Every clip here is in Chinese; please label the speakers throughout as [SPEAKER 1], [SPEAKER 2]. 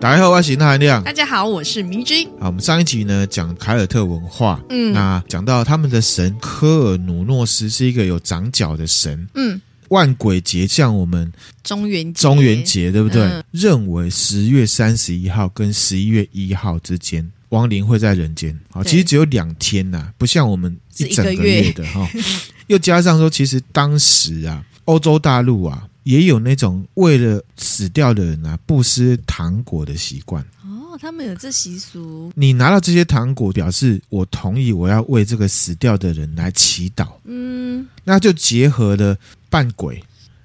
[SPEAKER 1] 大家好，我是那含亮。
[SPEAKER 2] 大家好，我是迷之。
[SPEAKER 1] 啊，我们上一集呢讲凯尔特文化，
[SPEAKER 2] 嗯
[SPEAKER 1] 那讲到他们的神科尔努诺斯是一个有长角的神，
[SPEAKER 2] 嗯，
[SPEAKER 1] 万鬼节像我们
[SPEAKER 2] 中元节
[SPEAKER 1] 中元，节对不对？
[SPEAKER 2] 嗯
[SPEAKER 1] 认为十月三十一号跟十一月一号之间，亡灵会在人间。好，
[SPEAKER 2] 对
[SPEAKER 1] 其实只有两天呐、不像我们一整个
[SPEAKER 2] 是一个月
[SPEAKER 1] 月的哈、又加上说，其实当时啊，欧洲大陆啊，也有那种为了死掉的人啊，布施糖果的习惯。
[SPEAKER 2] 哦，他们有这习俗，
[SPEAKER 1] 你拿到这些糖果，表示我同意，我要为这个死掉的人来祈祷。
[SPEAKER 2] 嗯，
[SPEAKER 1] 那就结合了扮鬼、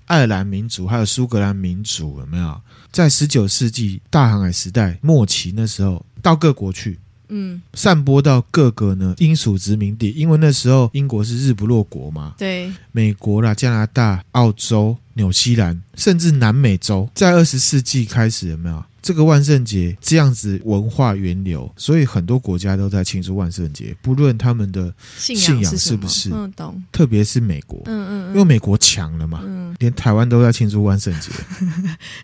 [SPEAKER 1] 爱尔兰民族还有苏格兰民族，有没有？在十九世纪大航海时代末期那时候，到各国去
[SPEAKER 2] 嗯，
[SPEAKER 1] 散播到各个呢英属殖民地，因为那时候英国是日不落国嘛，
[SPEAKER 2] 对，
[SPEAKER 1] 美国啦、加拿大、澳洲、纽西兰，甚至南美洲，在二十世纪开始有没有？这个万圣节这样子文化源流，所以很多国家都在庆祝万圣节，不论他们的，
[SPEAKER 2] 信
[SPEAKER 1] 信仰
[SPEAKER 2] 是
[SPEAKER 1] 是
[SPEAKER 2] 什么
[SPEAKER 1] 不是
[SPEAKER 2] 嗯，懂，
[SPEAKER 1] 特别是美国，
[SPEAKER 2] 嗯
[SPEAKER 1] 因
[SPEAKER 2] 嗯
[SPEAKER 1] 为
[SPEAKER 2] 嗯
[SPEAKER 1] 美国强了嘛，
[SPEAKER 2] 嗯，
[SPEAKER 1] 连台湾都在庆祝万圣节，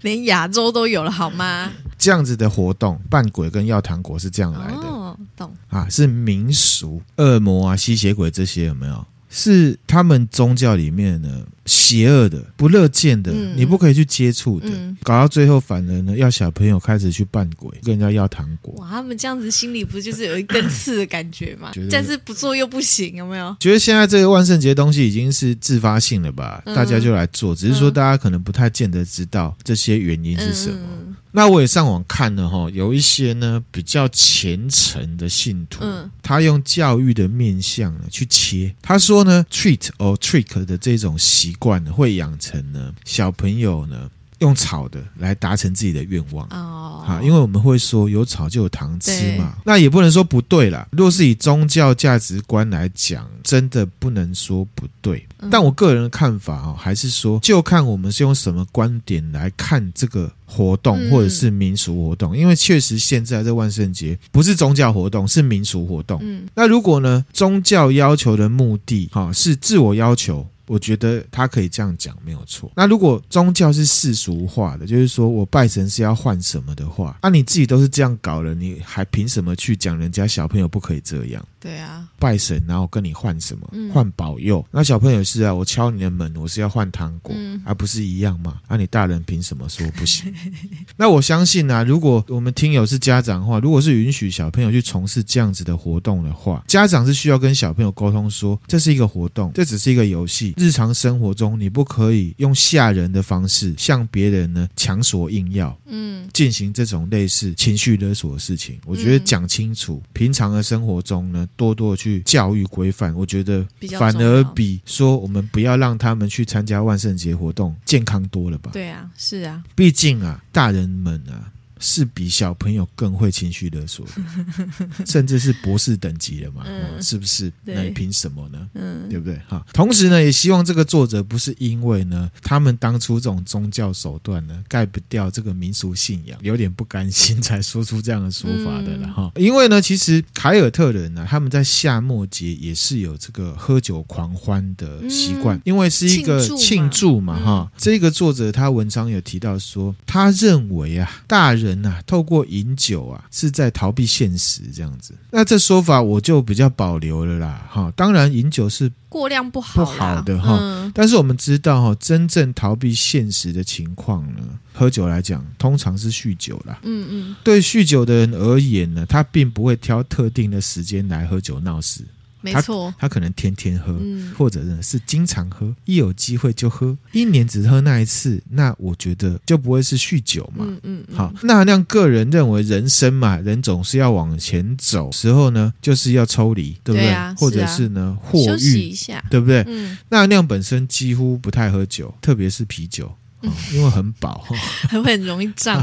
[SPEAKER 2] 连亚洲都有了好吗？
[SPEAKER 1] 这样子的活动，扮鬼跟要糖果是这样来的、
[SPEAKER 2] 哦，懂，
[SPEAKER 1] 啊，是民俗，恶魔啊、吸血鬼这些有没有？是他们宗教里面呢邪恶的、不乐见的，
[SPEAKER 2] 嗯
[SPEAKER 1] 你不可以去接触的，
[SPEAKER 2] 嗯
[SPEAKER 1] 搞到最后反而呢要小朋友开始去扮鬼，跟人家要糖果，
[SPEAKER 2] 哇，他们这样子心里不就是有一根刺的感觉吗
[SPEAKER 1] 觉得？
[SPEAKER 2] 但是不做又不行，有没有？
[SPEAKER 1] 觉得现在这个万圣节东西已经是自发性了吧？
[SPEAKER 2] 嗯
[SPEAKER 1] 大家就来做，只是说
[SPEAKER 2] 嗯
[SPEAKER 1] 大家可能不太见得知道这些原因是什么。
[SPEAKER 2] 嗯
[SPEAKER 1] 那我也上网看了哈，有一些呢比较虔诚的信徒，
[SPEAKER 2] 嗯
[SPEAKER 1] 他用教育的面向呢去切。他说呢，treat or trick 的这种习惯呢，会养成呢小朋友呢用炒的来达成自己的愿望。
[SPEAKER 2] 嗯哦，
[SPEAKER 1] 啊，因为我们会说有草就有糖吃嘛
[SPEAKER 2] 对，
[SPEAKER 1] 那也不能说不对啦。若是以宗教价值观来讲，真的不能说不对。
[SPEAKER 2] 嗯
[SPEAKER 1] 但我个人的看法哦，还是说，就看我们是用什么观点来看这个活动
[SPEAKER 2] 嗯
[SPEAKER 1] 或者是民俗活动，因为确实现在这万圣节不是宗教活动，是民俗活动。
[SPEAKER 2] 嗯
[SPEAKER 1] 那如果呢，宗教要求的目的哈、是自我要求。我觉得他可以这样讲，没有错。那如果宗教是世俗化的，就是说我拜神是要换什么的话，那、你自己都是这样搞了，你还凭什么去讲人家小朋友不可以这样？
[SPEAKER 2] 对啊，
[SPEAKER 1] 拜神，然后跟你换什么？
[SPEAKER 2] 嗯
[SPEAKER 1] 换保佑。那小朋友也是啊，我敲你的门，我是要换糖果，
[SPEAKER 2] 嗯
[SPEAKER 1] 而、不是一样吗？啊，你大人凭什么说不行？ 那我相信啊，如果我们听友是家长的话，如果是允许小朋友去从事这样子的活动的话，家长是需要跟小朋友沟通说，这是一个活动，这只是一个游戏，日常生活中你不可以用吓人的方式向别人呢强索硬要。
[SPEAKER 2] 嗯
[SPEAKER 1] 进行这种类似情绪勒索的事情，我觉得讲清楚，平常的生活中呢，多多地去教育规范，我觉得
[SPEAKER 2] 比较
[SPEAKER 1] 反
[SPEAKER 2] 重
[SPEAKER 1] 而
[SPEAKER 2] 要
[SPEAKER 1] 比说我们不要让他们去参加万圣节活动健康多了吧。
[SPEAKER 2] 对啊，是啊，
[SPEAKER 1] 毕竟啊，大人们啊是比小朋友更会情绪勒索的， 甚至是博士等级了嘛，
[SPEAKER 2] 嗯
[SPEAKER 1] 哦是不是？
[SPEAKER 2] 对
[SPEAKER 1] 那你凭什么呢？
[SPEAKER 2] 嗯
[SPEAKER 1] 对不对？哈，同时呢，也希望这个作者不是因为呢，他们当初这种宗教手段呢，盖不掉这个民俗信仰，有点不甘心才说出这样的说法的了
[SPEAKER 2] 嗯
[SPEAKER 1] 哈。因为呢，其实凯尔特人呢、他们在夏末节也是有这个喝酒狂欢的习惯，
[SPEAKER 2] 嗯
[SPEAKER 1] 因为是一个
[SPEAKER 2] 庆祝嘛
[SPEAKER 1] 庆祝嘛
[SPEAKER 2] 嗯
[SPEAKER 1] 哈。这个作者他文章有提到说，他认为啊，大人啊，透过饮酒啊，是在逃避现实这样子。那这说法我就比较保留了啦哈。当然，饮酒是
[SPEAKER 2] 过量不好啦，
[SPEAKER 1] 不好的哈
[SPEAKER 2] 嗯
[SPEAKER 1] 但是我们知道哈、真正逃避现实的情况呢，喝酒来讲，通常是酗酒啦。
[SPEAKER 2] 嗯嗯，
[SPEAKER 1] 对酗酒的人而言呢，他并不会挑特定的时间来喝酒闹事，
[SPEAKER 2] 没
[SPEAKER 1] 他
[SPEAKER 2] 错，
[SPEAKER 1] 他可能天天喝，
[SPEAKER 2] 嗯
[SPEAKER 1] 或者呢是经常喝，一有机会就喝，一年只喝那一次，那我觉得就不会是酗酒嘛。
[SPEAKER 2] 嗯嗯，嗯
[SPEAKER 1] 好，，那亮个人认为人生嘛，人总是要往前走，时候呢就是要抽离，对不对？
[SPEAKER 2] 对啊
[SPEAKER 1] 或者
[SPEAKER 2] 是啊
[SPEAKER 1] 是呢获
[SPEAKER 2] 休息
[SPEAKER 1] 欲，
[SPEAKER 2] 一下，
[SPEAKER 1] 对不对？
[SPEAKER 2] 嗯，
[SPEAKER 1] 那亮本身几乎不太喝酒，特别是啤酒，哦因为很饱、
[SPEAKER 2] 还会很容易胀。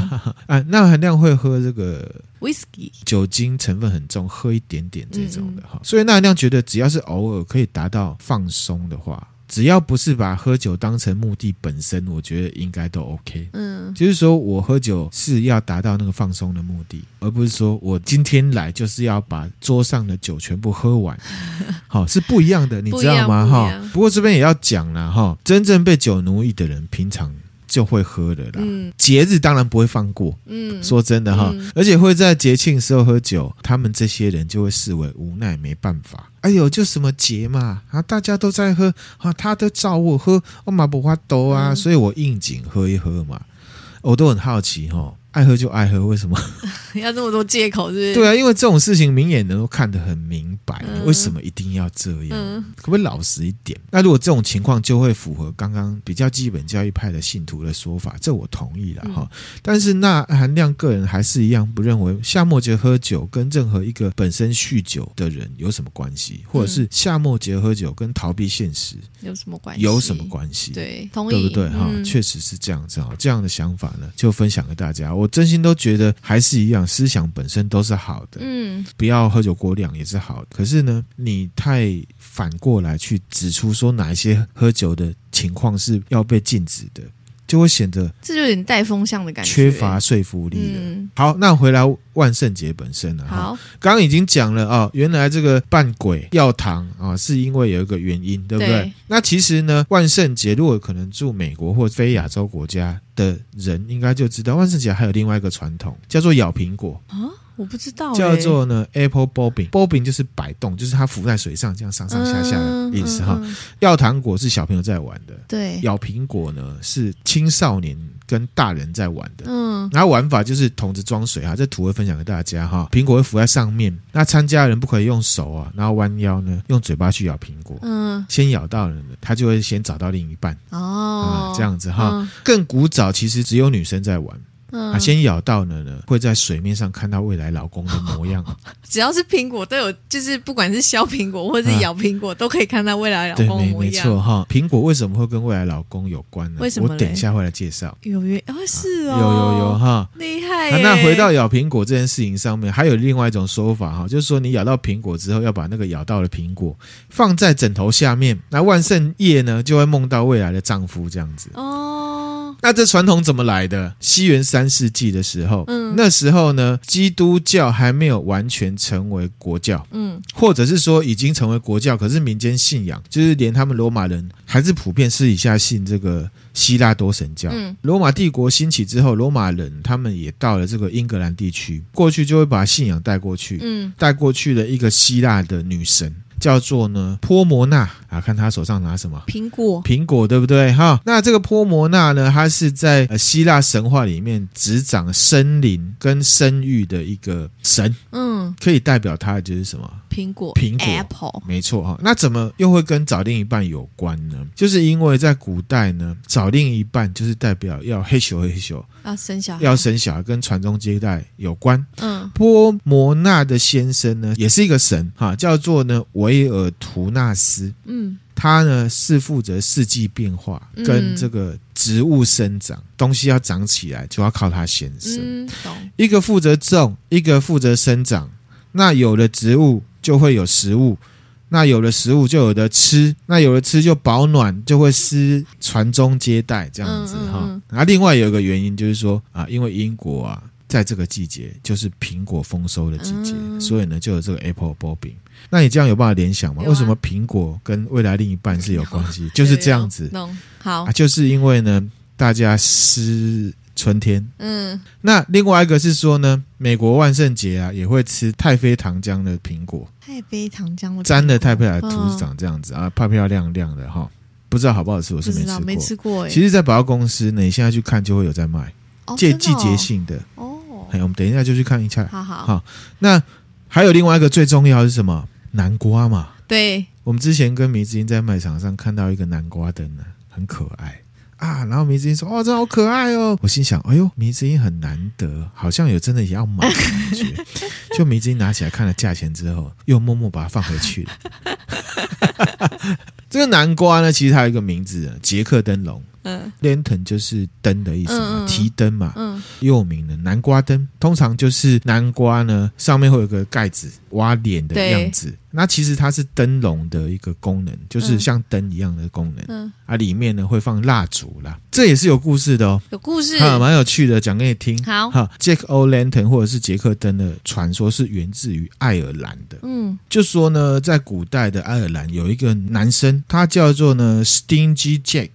[SPEAKER 1] 啊。那含量会喝这个
[SPEAKER 2] Whisky，
[SPEAKER 1] 酒精成分很重，喝一点点这种的哈、所以那含量觉得，只要是偶尔可以达到放松的话，只要不是把喝酒当成目的本身，我觉得应该都 OK。
[SPEAKER 2] 嗯，
[SPEAKER 1] 就是说我喝酒是要达到那个放松的目的，而不是说我今天来就是要把桌上的酒全部喝完， 好是不一样的，你知道吗？
[SPEAKER 2] 不一
[SPEAKER 1] 哈
[SPEAKER 2] 样不一样，
[SPEAKER 1] 不过这边也要讲了哈，真正被酒奴役的人，平常就会喝的啦。
[SPEAKER 2] 嗯
[SPEAKER 1] 节日当然不会放过，
[SPEAKER 2] 嗯，
[SPEAKER 1] 说真的哈，
[SPEAKER 2] 嗯
[SPEAKER 1] 而且会在节庆时候喝酒，他们这些人就会视为无奈没办法。哎呦，就什么节嘛啊，大家都在喝啊，他都照我喝，我嘛不发抖啊，
[SPEAKER 2] 嗯
[SPEAKER 1] 所以我应景喝一喝嘛。我都很好奇哈，爱喝就爱喝，为什么？
[SPEAKER 2] 要那么多借口是不是？
[SPEAKER 1] 对啊，因为这种事情明眼人都看得很明白，
[SPEAKER 2] 嗯
[SPEAKER 1] 为什么一定要这样？
[SPEAKER 2] 嗯
[SPEAKER 1] 可不可以老实一点？那如果这种情况就会符合刚刚比较基本教义派的信徒的说法，这我同意
[SPEAKER 2] 嗯
[SPEAKER 1] 了哈。但是那韩亮个人还是一样不认为夏末节喝酒跟任何一个本身酗酒的人有什么关系，或者是
[SPEAKER 2] 嗯
[SPEAKER 1] 夏末节喝酒跟逃避现实
[SPEAKER 2] 有什么关系？
[SPEAKER 1] 有什么关系？
[SPEAKER 2] 哎对，同
[SPEAKER 1] 对
[SPEAKER 2] 意
[SPEAKER 1] 不对哈？
[SPEAKER 2] 嗯
[SPEAKER 1] 确实是这样子哈，这样的想法呢，就分享给大家。我真心都觉得还是一样，思想本身都是好的，
[SPEAKER 2] 嗯
[SPEAKER 1] 不要喝酒过量也是好，可是呢，你太反过来去指出说哪一些喝酒的情况是要被禁止的，就会显得
[SPEAKER 2] 这就有点带风向的感觉，
[SPEAKER 1] 缺乏说服力了。
[SPEAKER 2] 嗯，
[SPEAKER 1] 好，那回来万圣节本身了、哈，
[SPEAKER 2] 好，
[SPEAKER 1] 刚刚已经讲了啊、原来这个扮鬼要糖啊、是因为有一个原因，对不对？
[SPEAKER 2] 对
[SPEAKER 1] 那其实呢，万圣节如果可能住美国或非亚洲国家的人，应该就知道万圣节还有另外一个传统，叫做咬苹果。
[SPEAKER 2] 我不知道欸，
[SPEAKER 1] 叫做呢 apple bobbing bobbing 就是摆动，就是它浮在水上这样上上下下的
[SPEAKER 2] 嗯
[SPEAKER 1] 意思哈
[SPEAKER 2] 嗯。嗯
[SPEAKER 1] 要糖果是小朋友在玩的，
[SPEAKER 2] 对，
[SPEAKER 1] 咬苹果呢是青少年跟大人在玩的。
[SPEAKER 2] 嗯
[SPEAKER 1] 然后玩法就是桶子装水哈，这图会分享给大家哈。苹果会浮在上面，那参加的人不可以用手啊，然后弯腰呢，用嘴巴去咬苹果。
[SPEAKER 2] 嗯，
[SPEAKER 1] 先咬到人了，他就会先找到另一半啊
[SPEAKER 2] 哦，，
[SPEAKER 1] 这样子哈。更古早其实只有女生在玩，
[SPEAKER 2] 嗯，
[SPEAKER 1] 啊，
[SPEAKER 2] 嗯，
[SPEAKER 1] 先咬到了呢，会在水面上看到未来老公的模样。
[SPEAKER 2] 只要是苹果都有，就是不管是削苹果或者
[SPEAKER 1] 啊
[SPEAKER 2] 是咬苹果，都可以看到未来老
[SPEAKER 1] 对，
[SPEAKER 2] 公的
[SPEAKER 1] 没
[SPEAKER 2] 模
[SPEAKER 1] 没
[SPEAKER 2] 样。
[SPEAKER 1] 错哈。苹果为什么会跟未来老公有关呢？
[SPEAKER 2] 为什么嘞
[SPEAKER 1] 我等一下会来介绍。
[SPEAKER 2] 有约哦，是哦，
[SPEAKER 1] 啊
[SPEAKER 2] 哎
[SPEAKER 1] 有有有哈。
[SPEAKER 2] 厉害
[SPEAKER 1] 啊
[SPEAKER 2] 耶、
[SPEAKER 1] 那回到咬苹果这件事情上面，
[SPEAKER 2] 哎
[SPEAKER 1] 还有另外一种说法哈，就是说你咬到苹果之后，要把那个咬到的苹果放在枕头下面，那万圣夜呢就会梦到未来的丈夫这样子。
[SPEAKER 2] 哦，
[SPEAKER 1] 那这传统怎么来的？西元三世纪的时候，
[SPEAKER 2] 嗯
[SPEAKER 1] 那时候呢，基督教还没有完全成为国教，
[SPEAKER 2] 嗯
[SPEAKER 1] 或者是说已经成为国教，可是民间信仰就是连他们罗马人还是普遍私底下信这个希腊多神教。
[SPEAKER 2] 嗯
[SPEAKER 1] 罗马帝国兴起之后，罗马人他们也到了这个英格兰地区，过去就会把信仰带过去，
[SPEAKER 2] 嗯
[SPEAKER 1] 带过去了一个希腊的女神，叫做呢波摩纳啊，看她手上拿什么。
[SPEAKER 2] 苹果，
[SPEAKER 1] 苹果对不对哈？那这个波摩纳呢，她是在呃希腊神话里面执掌森林跟生育的一个神，
[SPEAKER 2] 嗯，
[SPEAKER 1] 可以代表她的就是什么？
[SPEAKER 2] 苹果，
[SPEAKER 1] 苹果
[SPEAKER 2] apple，
[SPEAKER 1] 没错哈，那怎么又会跟找另一半有关呢？就是因为在古代呢，找另一半就是代表要嘿咻嘿咻，
[SPEAKER 2] 要啊生小孩，
[SPEAKER 1] 要生小孩，跟传宗接代有关。
[SPEAKER 2] 嗯
[SPEAKER 1] 波摩纳的先生呢，也是一个神哈，叫做呢维尔图纳斯，
[SPEAKER 2] 嗯
[SPEAKER 1] 他呢是负责四季变化
[SPEAKER 2] 嗯
[SPEAKER 1] 跟这个植物生长，东西要长起来就要靠他先生。
[SPEAKER 2] 嗯，懂，
[SPEAKER 1] 一个负责种，一个负责生长。那有了植物就会有食物，那有了食物就有的吃，那有了吃就保暖，就会施传宗接代这样子
[SPEAKER 2] 嗯嗯
[SPEAKER 1] 哈。
[SPEAKER 2] 嗯
[SPEAKER 1] 然后另外有一个原因就是说啊，因为英国啊。在这个季节，就是苹果丰收的季节，
[SPEAKER 2] 嗯
[SPEAKER 1] 所以呢，就有这个 apple bobbing。那你这样有办法联想吗？
[SPEAKER 2] 有啊
[SPEAKER 1] 为什么苹果跟未来另一半是有关系？就是这样子
[SPEAKER 2] 懂，好
[SPEAKER 1] 啊，，就是因为呢，大家思春天，
[SPEAKER 2] 嗯
[SPEAKER 1] 那另外一个是说呢，美国万圣节啊也会吃太妃糖浆的苹果，
[SPEAKER 2] 太妃糖浆了，
[SPEAKER 1] 沾了太妃糖的图长这样子啊，漂漂亮亮的哈。不知道好不好吃，我
[SPEAKER 2] 不
[SPEAKER 1] 是没
[SPEAKER 2] 知
[SPEAKER 1] 吃
[SPEAKER 2] 道
[SPEAKER 1] 过。
[SPEAKER 2] 没吃过哎、
[SPEAKER 1] 其实，在百货公司呢，你现在去看就会有在卖，
[SPEAKER 2] 哦
[SPEAKER 1] 借
[SPEAKER 2] 真的
[SPEAKER 1] 季
[SPEAKER 2] 哦
[SPEAKER 1] 节性的。
[SPEAKER 2] 哦，
[SPEAKER 1] 哎，我们等一下就去看一下。
[SPEAKER 2] 好好
[SPEAKER 1] 好那还有另外一个最重要的是什么？南瓜嘛。
[SPEAKER 2] 对，
[SPEAKER 1] 我们之前跟迷之音在卖场上看到一个南瓜灯呢、很可爱啊。然后迷之音说：“哦，这好可爱哦！”我心想：“哎呦，迷之音很难得，好像有真的也要买的感 觉。”就迷之音拿起来看了价钱之后，又默默把它放回去了。 这个南瓜呢，其实它有一个名字啊，捷克灯笼
[SPEAKER 2] 嗯
[SPEAKER 1] （lantern） 就是灯的意思嘛
[SPEAKER 2] 嗯，嗯
[SPEAKER 1] 提灯嘛。
[SPEAKER 2] 嗯
[SPEAKER 1] 又名的南瓜灯，通常就是南瓜呢上面会有个盖子挖脸的样子。那其实它是灯笼的一个功能，就是像灯一样的功能、
[SPEAKER 2] 嗯，
[SPEAKER 1] 啊。里面呢会放蜡烛啦，这也是有故事的哦，
[SPEAKER 2] 有故事，
[SPEAKER 1] 啊，蛮有趣的，讲给你听。
[SPEAKER 2] 好，
[SPEAKER 1] 哈，Jack O' Lantern 或者是杰克灯的传说是源自于爱尔兰的。
[SPEAKER 2] 嗯
[SPEAKER 1] 就说呢，在古代的爱尔兰有一个男生，他叫做呢 Stingy Jack，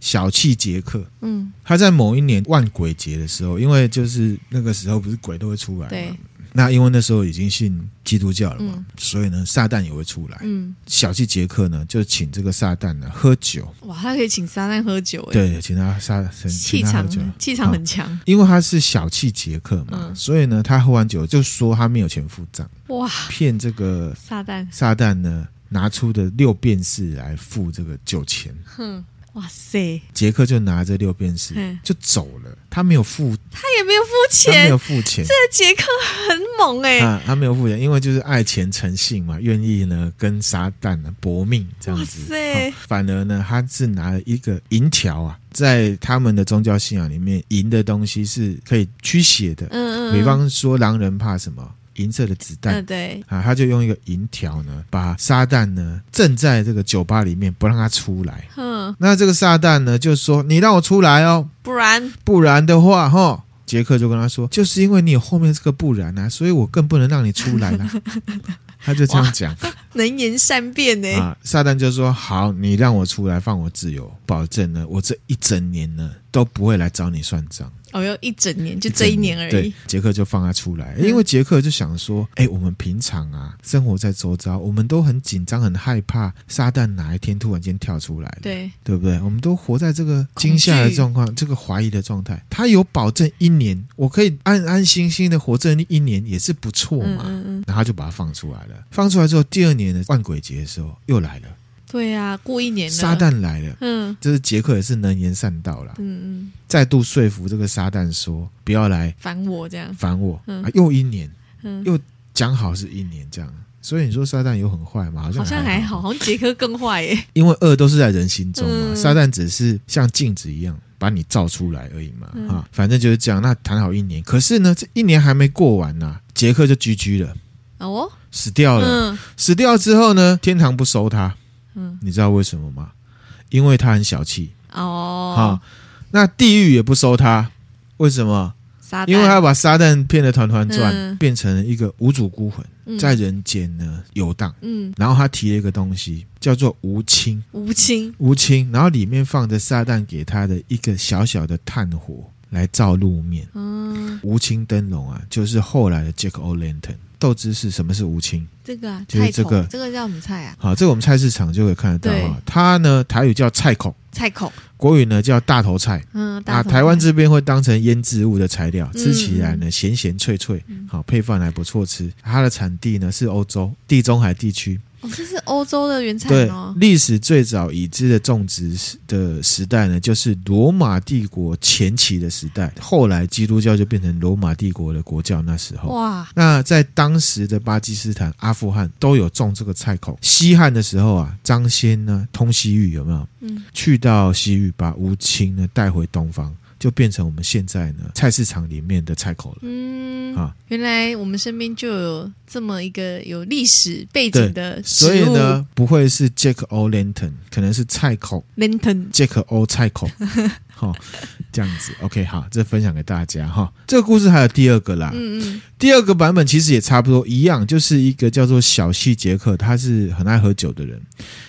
[SPEAKER 1] 小气杰克，
[SPEAKER 2] 嗯，
[SPEAKER 1] 他在某一年万鬼节的时候，因为就是那个时候不是鬼都会出来嘛
[SPEAKER 2] 对，，
[SPEAKER 1] 那因为那时候已经信基督教了嘛，
[SPEAKER 2] 嗯
[SPEAKER 1] 所以呢撒旦也会出来。
[SPEAKER 2] 嗯，
[SPEAKER 1] 小气杰克呢就请这个撒旦呢喝酒，
[SPEAKER 2] 哇，他可以请撒旦喝酒，哎，，
[SPEAKER 1] 对，请他撒
[SPEAKER 2] 气
[SPEAKER 1] 请他喝
[SPEAKER 2] 场
[SPEAKER 1] 酒。
[SPEAKER 2] 气场很强，
[SPEAKER 1] 因为他是小气杰克嘛，
[SPEAKER 2] 嗯
[SPEAKER 1] 所以呢，他喝完酒就说他没有钱付账，
[SPEAKER 2] 哇，
[SPEAKER 1] 骗这个
[SPEAKER 2] 撒旦，
[SPEAKER 1] 撒旦呢拿出的六便士来付这个酒钱。
[SPEAKER 2] 哼，哇塞，
[SPEAKER 1] 杰克就拿着六便士
[SPEAKER 2] 嗯
[SPEAKER 1] 就走了，他没有付，
[SPEAKER 2] 他也没有付
[SPEAKER 1] 他没
[SPEAKER 2] 钱
[SPEAKER 1] 有，付钱，
[SPEAKER 2] 这杰克很猛哎，
[SPEAKER 1] 啊，他没有付钱，因为就是爱钱诚信嘛，愿意呢跟撒旦呢搏命这样
[SPEAKER 2] 哇
[SPEAKER 1] 子。
[SPEAKER 2] 塞
[SPEAKER 1] 哦反而呢，他是拿了一个银条啊，在他们的宗教信仰里面，银的东西是可以驱邪的。
[SPEAKER 2] 嗯嗯，
[SPEAKER 1] 比方说，狼人怕什么？银色的子弹。
[SPEAKER 2] 嗯对，
[SPEAKER 1] 啊，他就用一个银条呢，把撒旦呢镇在这个酒吧里面，不让他出来。
[SPEAKER 2] 哼，
[SPEAKER 1] 那这个撒旦呢，就说：“你让我出来哦，
[SPEAKER 2] 不然
[SPEAKER 1] 不然的话，哈。”杰克就跟他说：“就是因为你有后面这个不然啊，所以我更不能让你出来啦。” 他就这样讲
[SPEAKER 2] 能言善辩欸呢，
[SPEAKER 1] 啊。撒旦就说：“好，你让我出来，放我自由，保证呢，我这一整年呢都不会来找你算账。”
[SPEAKER 2] 哦哟，一整年就这一年而
[SPEAKER 1] 对
[SPEAKER 2] 已，，
[SPEAKER 1] 杰克就放他出来，
[SPEAKER 2] 嗯
[SPEAKER 1] 因为杰克就想说，哎、我们平常啊，生活在周遭，我们都很紧张、很害怕，撒旦哪一天突然间跳出来了，
[SPEAKER 2] 对，
[SPEAKER 1] 对不对？我们都活在这个惊吓的状况、这个怀疑的状态。他有保证一年，我可以安安心心的活这一年，也是不错
[SPEAKER 2] 嗯
[SPEAKER 1] 嘛。
[SPEAKER 2] 嗯嗯，
[SPEAKER 1] 然后他就把他放出来了。放出来之后，第二年的万鬼节的时候又来了，
[SPEAKER 2] 对啊，过一年了，
[SPEAKER 1] 撒，旦来了。
[SPEAKER 2] 嗯
[SPEAKER 1] 这是杰克也是能言善道啦，
[SPEAKER 2] 嗯嗯，
[SPEAKER 1] 再度说服这个撒旦说不要来
[SPEAKER 2] 烦我这样，
[SPEAKER 1] 烦我、
[SPEAKER 2] 嗯
[SPEAKER 1] 啊，又一年。
[SPEAKER 2] 嗯，
[SPEAKER 1] 讲好是一年这样，所以你说撒旦有很坏吗？好像
[SPEAKER 2] 好像还好，，好像杰克更坏欸耶，
[SPEAKER 1] 因为恶都是在人心中嘛，
[SPEAKER 2] 嗯
[SPEAKER 1] 撒旦只是像镜子一样把你照出来而已嘛，
[SPEAKER 2] 嗯
[SPEAKER 1] 啊，反正就是这样。那谈好一年，可是呢，这一年还没过完呢、杰克就居居了，
[SPEAKER 2] 哦，
[SPEAKER 1] 死掉了。
[SPEAKER 2] 嗯
[SPEAKER 1] 死掉之后呢，天堂不收他，
[SPEAKER 2] 嗯，
[SPEAKER 1] 你知道为什么吗？因为他很小气
[SPEAKER 2] 哦
[SPEAKER 1] 啊，。那地狱也不收他，为什么？
[SPEAKER 2] 撒旦，
[SPEAKER 1] 因为他把撒旦骗得团团转，
[SPEAKER 2] 嗯
[SPEAKER 1] 变成了一个无主孤魂，
[SPEAKER 2] 嗯
[SPEAKER 1] 在人间呢游荡。
[SPEAKER 2] 嗯
[SPEAKER 1] 然后他提了一个东西，叫做无青，
[SPEAKER 2] 无情，
[SPEAKER 1] 无青，然后里面放着撒旦给他的一个小小的炭火来照路面。
[SPEAKER 2] 嗯，
[SPEAKER 1] 无青灯笼啊，就是后来的 Jack O' Lantern。豆知识什么是无青？
[SPEAKER 2] 这个啊，
[SPEAKER 1] 就是
[SPEAKER 2] 菜
[SPEAKER 1] 这
[SPEAKER 2] 口，
[SPEAKER 1] 个
[SPEAKER 2] 这个叫什么菜啊？
[SPEAKER 1] 好，这个我们菜市场就可以看得到
[SPEAKER 2] 对
[SPEAKER 1] 啊。它呢，台语叫菜孔，
[SPEAKER 2] 菜口，
[SPEAKER 1] 国语呢叫大头菜。
[SPEAKER 2] 嗯，大
[SPEAKER 1] 啊，
[SPEAKER 2] 头
[SPEAKER 1] 台湾
[SPEAKER 2] 菜
[SPEAKER 1] 这边会当成腌制物的材料，吃起来
[SPEAKER 2] 嗯
[SPEAKER 1] 呢咸咸脆脆
[SPEAKER 2] 嗯，
[SPEAKER 1] 好配饭还不错吃。它的产地呢是欧洲地中海地区，
[SPEAKER 2] 哦，这是欧洲的原产
[SPEAKER 1] 对
[SPEAKER 2] 哦，，
[SPEAKER 1] 历史最早已知的种植时的时代呢，就是罗马帝国前期的时代。后来基督教就变成罗马帝国的国教，那时候。
[SPEAKER 2] 哇，
[SPEAKER 1] 那在当时的巴基斯坦、阿富汗都有种这个菜口。西汉的时候啊，张先呢通西域，有没有
[SPEAKER 2] 嗯，
[SPEAKER 1] 去到西域，把吴青呢带回东方，就变成我们现在呢菜市场里面的菜口了。
[SPEAKER 2] 嗯
[SPEAKER 1] 啊，
[SPEAKER 2] 原来我们身边就有这么一个有历史背景的食物
[SPEAKER 1] 所以呢，不会是 Jack O Lantern，可能是菜口
[SPEAKER 2] ，lantern，
[SPEAKER 1] 杰克欧菜 口，好、这样子，OK，好，这分享给大家哈、这个故事还有第二个啦，
[SPEAKER 2] 嗯嗯，
[SPEAKER 1] 第二个版本其实也差不多一样，就是一个叫做小细杰克，他是很爱喝酒的人，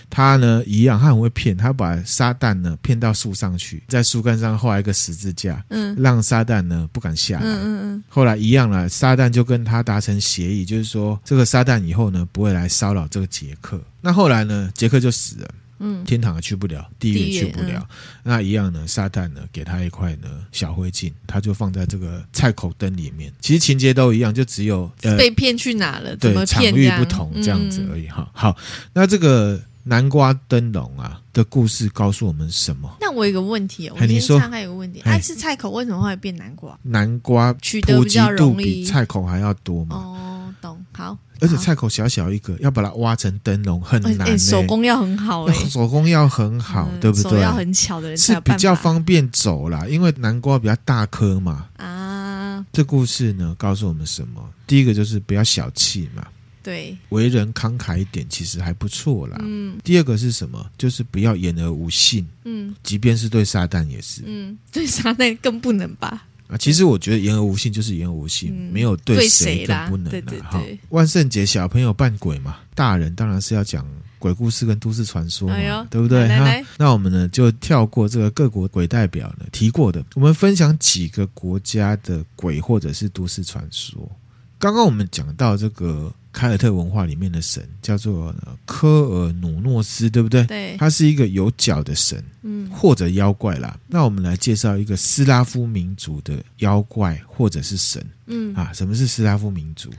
[SPEAKER 1] 他呢一样，他很会骗，他把撒旦呢骗到树上去，在树干上画一个十字架，
[SPEAKER 2] 嗯
[SPEAKER 1] 让撒旦呢不敢下
[SPEAKER 2] 嗯
[SPEAKER 1] 来。
[SPEAKER 2] 嗯
[SPEAKER 1] 后来一样啦，撒旦就跟他达成协议，就是说这个撒旦以后呢不会来骚扰这个杰克。那后来呢，杰克就死了。
[SPEAKER 2] 嗯嗯，
[SPEAKER 1] 天堂也去不了，地狱也去不
[SPEAKER 2] 地狱嗯
[SPEAKER 1] 了。那一样呢，撒旦呢给他一块呢小灰烬，他就放在这个菜口灯里面。其实情节都一样，就只有呃
[SPEAKER 2] 被骗去哪了？怎么
[SPEAKER 1] 对场
[SPEAKER 2] 骗这
[SPEAKER 1] 域
[SPEAKER 2] 样？
[SPEAKER 1] 不同这样子
[SPEAKER 2] 嗯
[SPEAKER 1] 而已哈、好，那这个南瓜灯笼啊的故事告诉我们什么？
[SPEAKER 2] 那我有个问题哦，
[SPEAKER 1] 嘿
[SPEAKER 2] 我
[SPEAKER 1] 你
[SPEAKER 2] 先
[SPEAKER 1] 说
[SPEAKER 2] 岔开有个问题，
[SPEAKER 1] 嘿
[SPEAKER 2] 爱吃菜口为什么会变南瓜？
[SPEAKER 1] 南瓜
[SPEAKER 2] 取得
[SPEAKER 1] 普
[SPEAKER 2] 比
[SPEAKER 1] 及
[SPEAKER 2] 较
[SPEAKER 1] 度
[SPEAKER 2] 容
[SPEAKER 1] 比
[SPEAKER 2] 易
[SPEAKER 1] 菜口还要多嘛？
[SPEAKER 2] 哦，懂好，
[SPEAKER 1] 而且
[SPEAKER 2] 好
[SPEAKER 1] 菜口小小一个，要把它挖成灯笼很
[SPEAKER 2] 哎
[SPEAKER 1] 难、欸，
[SPEAKER 2] 哎手工要很好哎
[SPEAKER 1] 要，手工要很好，
[SPEAKER 2] 嗯
[SPEAKER 1] 对不
[SPEAKER 2] 手
[SPEAKER 1] 对？
[SPEAKER 2] 要很巧的人才
[SPEAKER 1] 是
[SPEAKER 2] 有
[SPEAKER 1] 比
[SPEAKER 2] 办
[SPEAKER 1] 较
[SPEAKER 2] 法
[SPEAKER 1] 方便走啦，因为南瓜比较大颗嘛，
[SPEAKER 2] 啊，
[SPEAKER 1] 这故事呢，告诉我们什么？第一个就是不要小气嘛，
[SPEAKER 2] 对，
[SPEAKER 1] 为人慷慨一点，其实还不错啦。
[SPEAKER 2] 嗯
[SPEAKER 1] 第二个是什么？就是不要言而无信，
[SPEAKER 2] 嗯
[SPEAKER 1] 即便是对撒旦也是、
[SPEAKER 2] 嗯， 对撒旦更不能吧？
[SPEAKER 1] 啊。其实我觉得言而无信就是言而无信，
[SPEAKER 2] 嗯
[SPEAKER 1] 没有对
[SPEAKER 2] 对
[SPEAKER 1] 谁
[SPEAKER 2] 谁
[SPEAKER 1] 更
[SPEAKER 2] 啦
[SPEAKER 1] 不能啊
[SPEAKER 2] 对对
[SPEAKER 1] 啦。哈
[SPEAKER 2] 对
[SPEAKER 1] 万圣节小朋友扮鬼嘛，大人当然是要讲鬼故事跟都市传说嘛，
[SPEAKER 2] 哎呦
[SPEAKER 1] 对不对？
[SPEAKER 2] 来
[SPEAKER 1] 哈
[SPEAKER 2] 来
[SPEAKER 1] 那我们呢就跳过这个各国鬼代表呢提过的，我们分享几个国家的鬼或者是都市传说。刚刚我们讲到这个凯尔特文化里面的神叫做呃科尔努诺斯，对不对？
[SPEAKER 2] 对，
[SPEAKER 1] 他是一个有脚的神
[SPEAKER 2] 嗯，
[SPEAKER 1] 或者妖怪啦。那我们来介绍一个斯拉夫民族的妖怪或者是神
[SPEAKER 2] 嗯，
[SPEAKER 1] 啊。什么是斯拉夫民族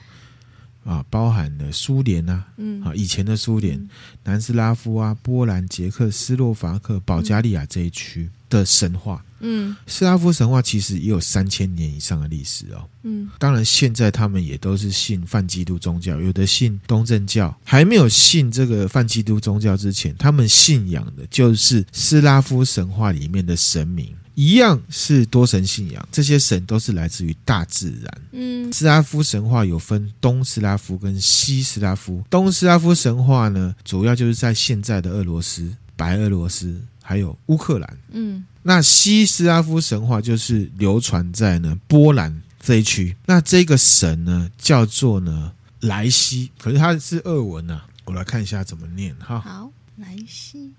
[SPEAKER 1] 啊？包含了苏联啊，
[SPEAKER 2] 嗯，
[SPEAKER 1] 啊，以前的苏联
[SPEAKER 2] 嗯、
[SPEAKER 1] 南斯拉夫啊、波兰、捷克斯洛伐克、保加利亚这一区的神话。
[SPEAKER 2] 嗯，
[SPEAKER 1] 斯拉夫神话其实也有三千年以上的历史哦。
[SPEAKER 2] 嗯，
[SPEAKER 1] 当然，现在他们也都是信泛基督宗教，有的信东正教。还没有信这个泛基督宗教之前，他们信仰的就是斯拉夫神话里面的神明，一样是多神信仰。这些神都是来自于大自然。
[SPEAKER 2] 嗯，
[SPEAKER 1] 斯拉夫神话有分东斯拉夫跟西斯拉夫。东斯拉夫神话呢，主要就是在现在的俄罗斯、白俄罗斯还有乌克兰。
[SPEAKER 2] 嗯，
[SPEAKER 1] 那西斯拉夫神话就是流传在呢波兰这一区。那这个神呢叫做呢莱西，可是它是俄文啊。我来看一下怎么念哈。
[SPEAKER 2] 好，莱西，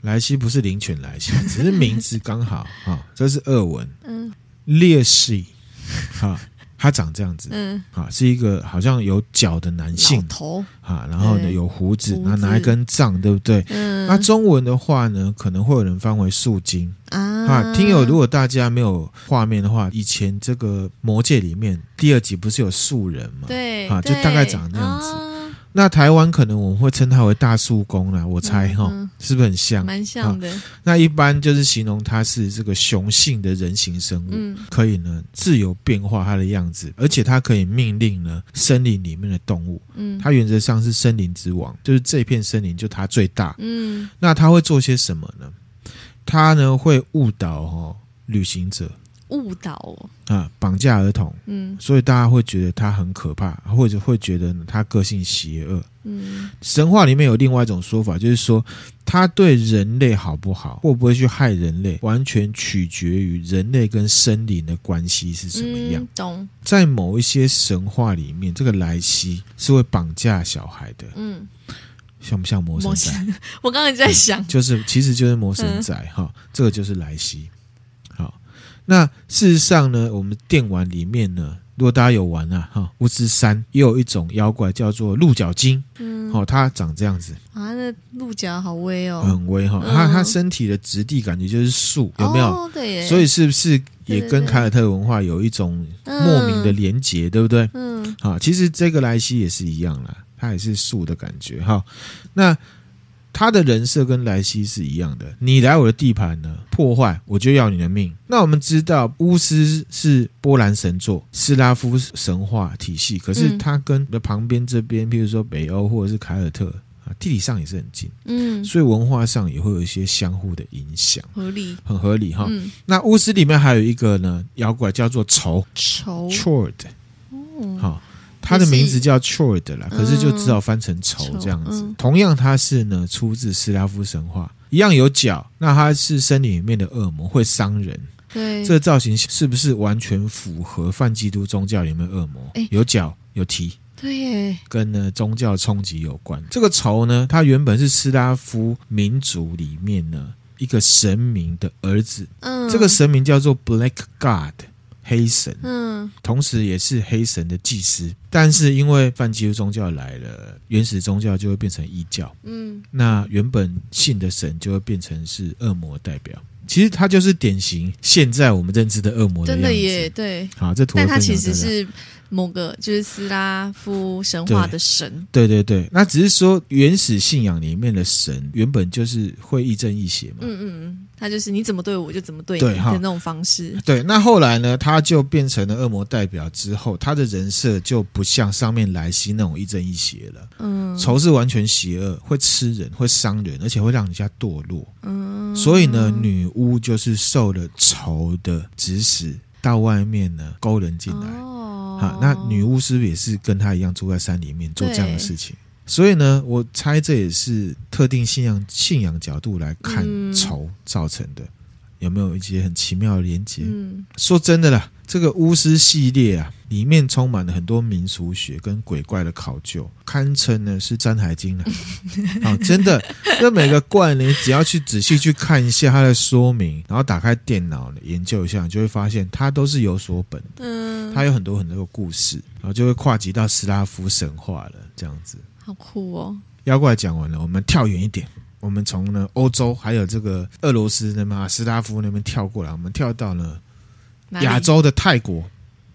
[SPEAKER 1] 莱西不是灵犬莱西， 只是名字刚好啊。这是俄文
[SPEAKER 2] 嗯
[SPEAKER 1] 列西，哈，它长这样子。
[SPEAKER 2] 嗯，
[SPEAKER 1] 啊，是一个好像有角的男性
[SPEAKER 2] 老头，
[SPEAKER 1] 啊，然后呢
[SPEAKER 2] 对
[SPEAKER 1] 有胡子，
[SPEAKER 2] 胡
[SPEAKER 1] 然后拿一
[SPEAKER 2] 子
[SPEAKER 1] 根杖，对不对？
[SPEAKER 2] 嗯
[SPEAKER 1] 那中文的话呢，可能会有人翻为素经啊。
[SPEAKER 2] 啊，
[SPEAKER 1] 听友，如果大家没有画面的话，以前这个《魔戒》里面第二集不是有素人嘛？
[SPEAKER 2] 对，
[SPEAKER 1] 啊就
[SPEAKER 2] 对
[SPEAKER 1] 大概长那样子
[SPEAKER 2] 啊
[SPEAKER 1] 那台湾可能我们会称它为大树公啦，我猜哈、
[SPEAKER 2] 嗯嗯
[SPEAKER 1] 是不是很像？
[SPEAKER 2] 蛮像的，
[SPEAKER 1] 那一般就是形容它是这个雄性的人形生物。
[SPEAKER 2] 嗯
[SPEAKER 1] 可以呢，自由变化它的样子，而且它可以命令呢森林里面的动物，
[SPEAKER 2] 嗯，
[SPEAKER 1] 它原则上是森林之王，就是这片森林就它最大。
[SPEAKER 2] 嗯
[SPEAKER 1] 那它会做些什么呢？它呢会误导哦旅行者
[SPEAKER 2] 误导哦，
[SPEAKER 1] 啊，绑架儿童，
[SPEAKER 2] 嗯
[SPEAKER 1] 所以大家会觉得它很可怕，或者会觉得呢它个性邪恶。
[SPEAKER 2] 嗯
[SPEAKER 1] 神话里面有另外一种说法，就是说它对人类好不好，会不会去害人类，完全取决于人类跟森林的关系是什么样
[SPEAKER 2] 嗯。懂，
[SPEAKER 1] 在某一些神话里面，这个莱西是会绑架小孩的，
[SPEAKER 2] 嗯，
[SPEAKER 1] 像不像魔神
[SPEAKER 2] 魔
[SPEAKER 1] 仔？
[SPEAKER 2] 神，我刚刚也在想，
[SPEAKER 1] 就是其实就是魔神仔
[SPEAKER 2] 嗯
[SPEAKER 1] 哈、这个就是莱西。好，那事实上呢，我们电玩里面呢，如果大家有玩啊哈，巫师三也有一种妖怪叫做鹿角精，
[SPEAKER 2] 嗯，
[SPEAKER 1] 哦，它长这样子，
[SPEAKER 2] 啊，那鹿角好威哦，
[SPEAKER 1] 很微哈、
[SPEAKER 2] 嗯
[SPEAKER 1] 它它身体的质地感觉就是树，有没有？
[SPEAKER 2] 哦？对耶，
[SPEAKER 1] 所以是不是也
[SPEAKER 2] 对对
[SPEAKER 1] 跟
[SPEAKER 2] 对
[SPEAKER 1] 凯尔特文化有一种莫名的连结，对不对？
[SPEAKER 2] 嗯
[SPEAKER 1] 啊，其实这个莱西也是一样啦，他也是树的感觉哈。那他的人设跟莱西是一样的，你来我的地盘呢，破坏我就要你的命。那我们知道巫师是波兰神作斯拉夫神话体系，可是
[SPEAKER 2] 嗯
[SPEAKER 1] 它跟旁边这边，譬如说北欧或者是凯尔特啊，地理上也是很近，
[SPEAKER 2] 嗯，
[SPEAKER 1] 所以文化上也会有一些相互的影响，
[SPEAKER 2] 合理，
[SPEAKER 1] 很合理哈。
[SPEAKER 2] 嗯，
[SPEAKER 1] 那巫师里面还有一个呢，妖怪叫做仇
[SPEAKER 2] 仇，
[SPEAKER 1] Chord。
[SPEAKER 2] 哦
[SPEAKER 1] 好、它的名字叫 Chord 啦，
[SPEAKER 2] 嗯
[SPEAKER 1] 可是就只好翻成仇这样子。
[SPEAKER 2] 仇嗯
[SPEAKER 1] 同样，它是呢出自斯拉夫神话，一样有角。那它是森林里面的恶魔，会伤人。
[SPEAKER 2] 对，
[SPEAKER 1] 这个造型是不是完全符合泛基督宗教里面的恶魔
[SPEAKER 2] 哎？
[SPEAKER 1] 有角有蹄。
[SPEAKER 2] 对耶，
[SPEAKER 1] 跟呢宗教冲击有关。这个仇呢，它原本是斯拉夫民族里面呢一个神明的儿子，
[SPEAKER 2] 嗯，
[SPEAKER 1] 这个神明叫做 Black God 黑神。
[SPEAKER 2] 嗯
[SPEAKER 1] 同时也是黑神的祭司。但是因为泛基督宗教来了，原始宗教就会变成异教，
[SPEAKER 2] 嗯
[SPEAKER 1] 那原本信的神就会变成是恶魔代表。其实它就是典型现在我们认知的恶魔的
[SPEAKER 2] 真
[SPEAKER 1] 样
[SPEAKER 2] 的耶，
[SPEAKER 1] 子。
[SPEAKER 2] 对，
[SPEAKER 1] 好，这图
[SPEAKER 2] 但
[SPEAKER 1] 文
[SPEAKER 2] 他
[SPEAKER 1] 分享
[SPEAKER 2] 其
[SPEAKER 1] 给大
[SPEAKER 2] 实
[SPEAKER 1] 家。
[SPEAKER 2] 是某个就是斯拉夫神话的神，
[SPEAKER 1] 对对对，那只是说原始信仰里面的神原本就是会亦正亦邪嘛。
[SPEAKER 2] 嗯嗯嗯，他就是你怎么对我，我就怎么对你
[SPEAKER 1] 对哈
[SPEAKER 2] 的那种方式，
[SPEAKER 1] 对，那后来呢，他就变成了恶魔代表之后，他的人设就不像上面莱西那种亦正亦邪了。
[SPEAKER 2] 嗯
[SPEAKER 1] 仇是完全邪恶，会吃人，会伤人，而且会让人家堕落。
[SPEAKER 2] 嗯，
[SPEAKER 1] 所以呢，女巫就是受了仇的指使，到外面呢勾人进来。
[SPEAKER 2] 哦，
[SPEAKER 1] 啊，那女巫是不是也是跟她一样住在山里面做这样的
[SPEAKER 2] 对
[SPEAKER 1] 事情？所以呢，我猜这也是特定信仰信仰角度来看
[SPEAKER 2] 嗯
[SPEAKER 1] 仇造成的，有没有一些很奇妙的连接？
[SPEAKER 2] 嗯
[SPEAKER 1] 说真的啦，这个巫师系列啊，里面充满了很多民俗学跟鬼怪的考究，堪称呢是《山海经》 了。好，真的，那每个怪呢，你只要去仔细去看一下它的说明，然后打开电脑研究一下，你就会发现它都是有所本的，
[SPEAKER 2] 嗯，
[SPEAKER 1] 它有很多很多的故事，然后就会跨及到斯拉夫神话了，这样子。
[SPEAKER 2] 好酷哦，
[SPEAKER 1] 妖怪讲完了，我们跳远一点，我们从呢欧洲还有这个俄罗斯那边啊斯拉夫那边跳过来，我们跳到了
[SPEAKER 2] 哪里
[SPEAKER 1] 亚、洲的泰国。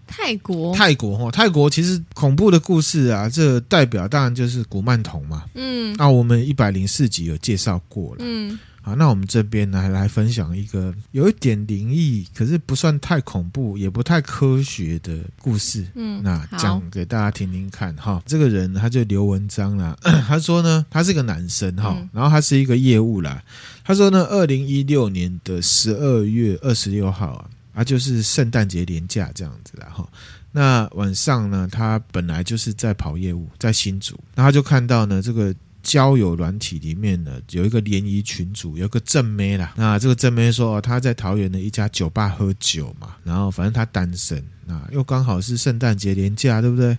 [SPEAKER 2] 泰国，
[SPEAKER 1] 泰国哈，泰国其实恐怖的故事啊，这代表当然就是古曼童嘛。
[SPEAKER 2] 嗯
[SPEAKER 1] 那我们一百零四集有介绍过了。
[SPEAKER 2] 嗯，
[SPEAKER 1] 好，那我们这边呢来分享一个有一点灵异，可是不算太恐怖，也不太科学的故事。
[SPEAKER 2] 嗯
[SPEAKER 1] 那
[SPEAKER 2] 好
[SPEAKER 1] 讲给大家听听看哈，这个人他就刘文章啦， 他说呢，他是个男生哈
[SPEAKER 2] 嗯，
[SPEAKER 1] 然后他是一个业务啦，他说呢，二零一六年的十二月二十六号啊，啊就是圣诞节连假这样子啦哈。那晚上呢，他本来就是在跑业务，在新竹，那他就看到呢这个。交友软体里面呢，有一个联谊群组，有个正妹啦。那这个正妹说，哦，她在桃园的一家酒吧喝酒嘛，然后反正她单身，那又刚好是圣诞节连假，对不对？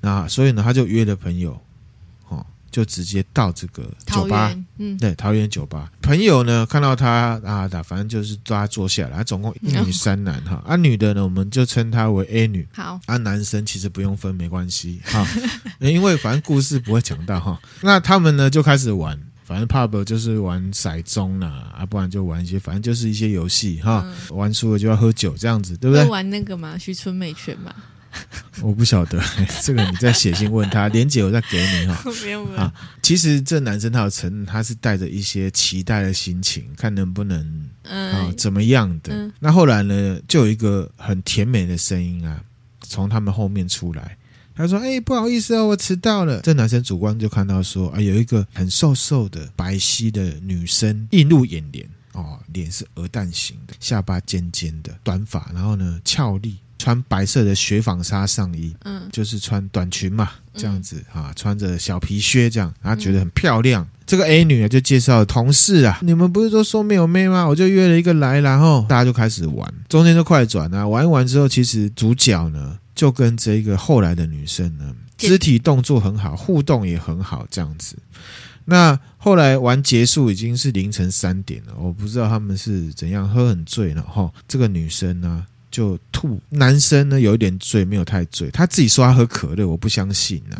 [SPEAKER 1] 那所以呢，她就约了朋友，哦，就直接到这个酒
[SPEAKER 2] 桃
[SPEAKER 1] 吧，
[SPEAKER 2] 园，嗯
[SPEAKER 1] 对，桃园酒吧。朋友呢看到他啊，打反正就是抓他坐下来，他总共一女三男哈。啊，女的呢，我们就称她为 A 女。
[SPEAKER 2] 好，
[SPEAKER 1] 啊，男生其实不用分没关系哈， 因为反正故事不会讲到哈。那他们呢就开始玩，反正 pub 就是玩骰盅啦，啊，不然就玩一些，反正就是一些游戏哈。玩输了就要喝酒这样子，对不对
[SPEAKER 2] 会？玩那个嘛，徐春美拳 嘛，
[SPEAKER 1] 我不晓得， 这个你再写信问他，莲姐我再给你哈。
[SPEAKER 2] 没有没有
[SPEAKER 1] 啊，其实这男生他有承认，他是带着一些期待的心情，看能不能啊、
[SPEAKER 2] 嗯
[SPEAKER 1] 怎么样的。
[SPEAKER 2] 嗯
[SPEAKER 1] 那后来呢，就有一个很甜美的声音啊，从他们后面出来。他说：“哎、不好意思哦，我迟到了。”这男生主观就看到说：“啊，有一个很瘦瘦的白皙的女生映入眼帘哦，脸是鹅蛋型的，下巴尖尖的，短发，然后呢俏丽，穿白色的雪纺纱上衣，
[SPEAKER 2] 嗯
[SPEAKER 1] 就是穿短裙嘛，这样子、啊，穿着小皮靴这样，她觉得很漂亮。这个 A 女啊就介绍同事啊，你们不是都说没有妹吗？我就约了一个来，然后大家就开始玩，中间就快转啊，玩一玩之后，其实主角呢就跟这个后来的女生呢，
[SPEAKER 2] 见
[SPEAKER 1] 肢体动作很好，互动也很好，这样子。那后来玩结束已经是凌晨三点了，我不知道他们是怎样喝很醉了哈。这个女生呢就吐，男生呢有一点醉，没有太醉，他自己说他喝可乐，我不相信啊。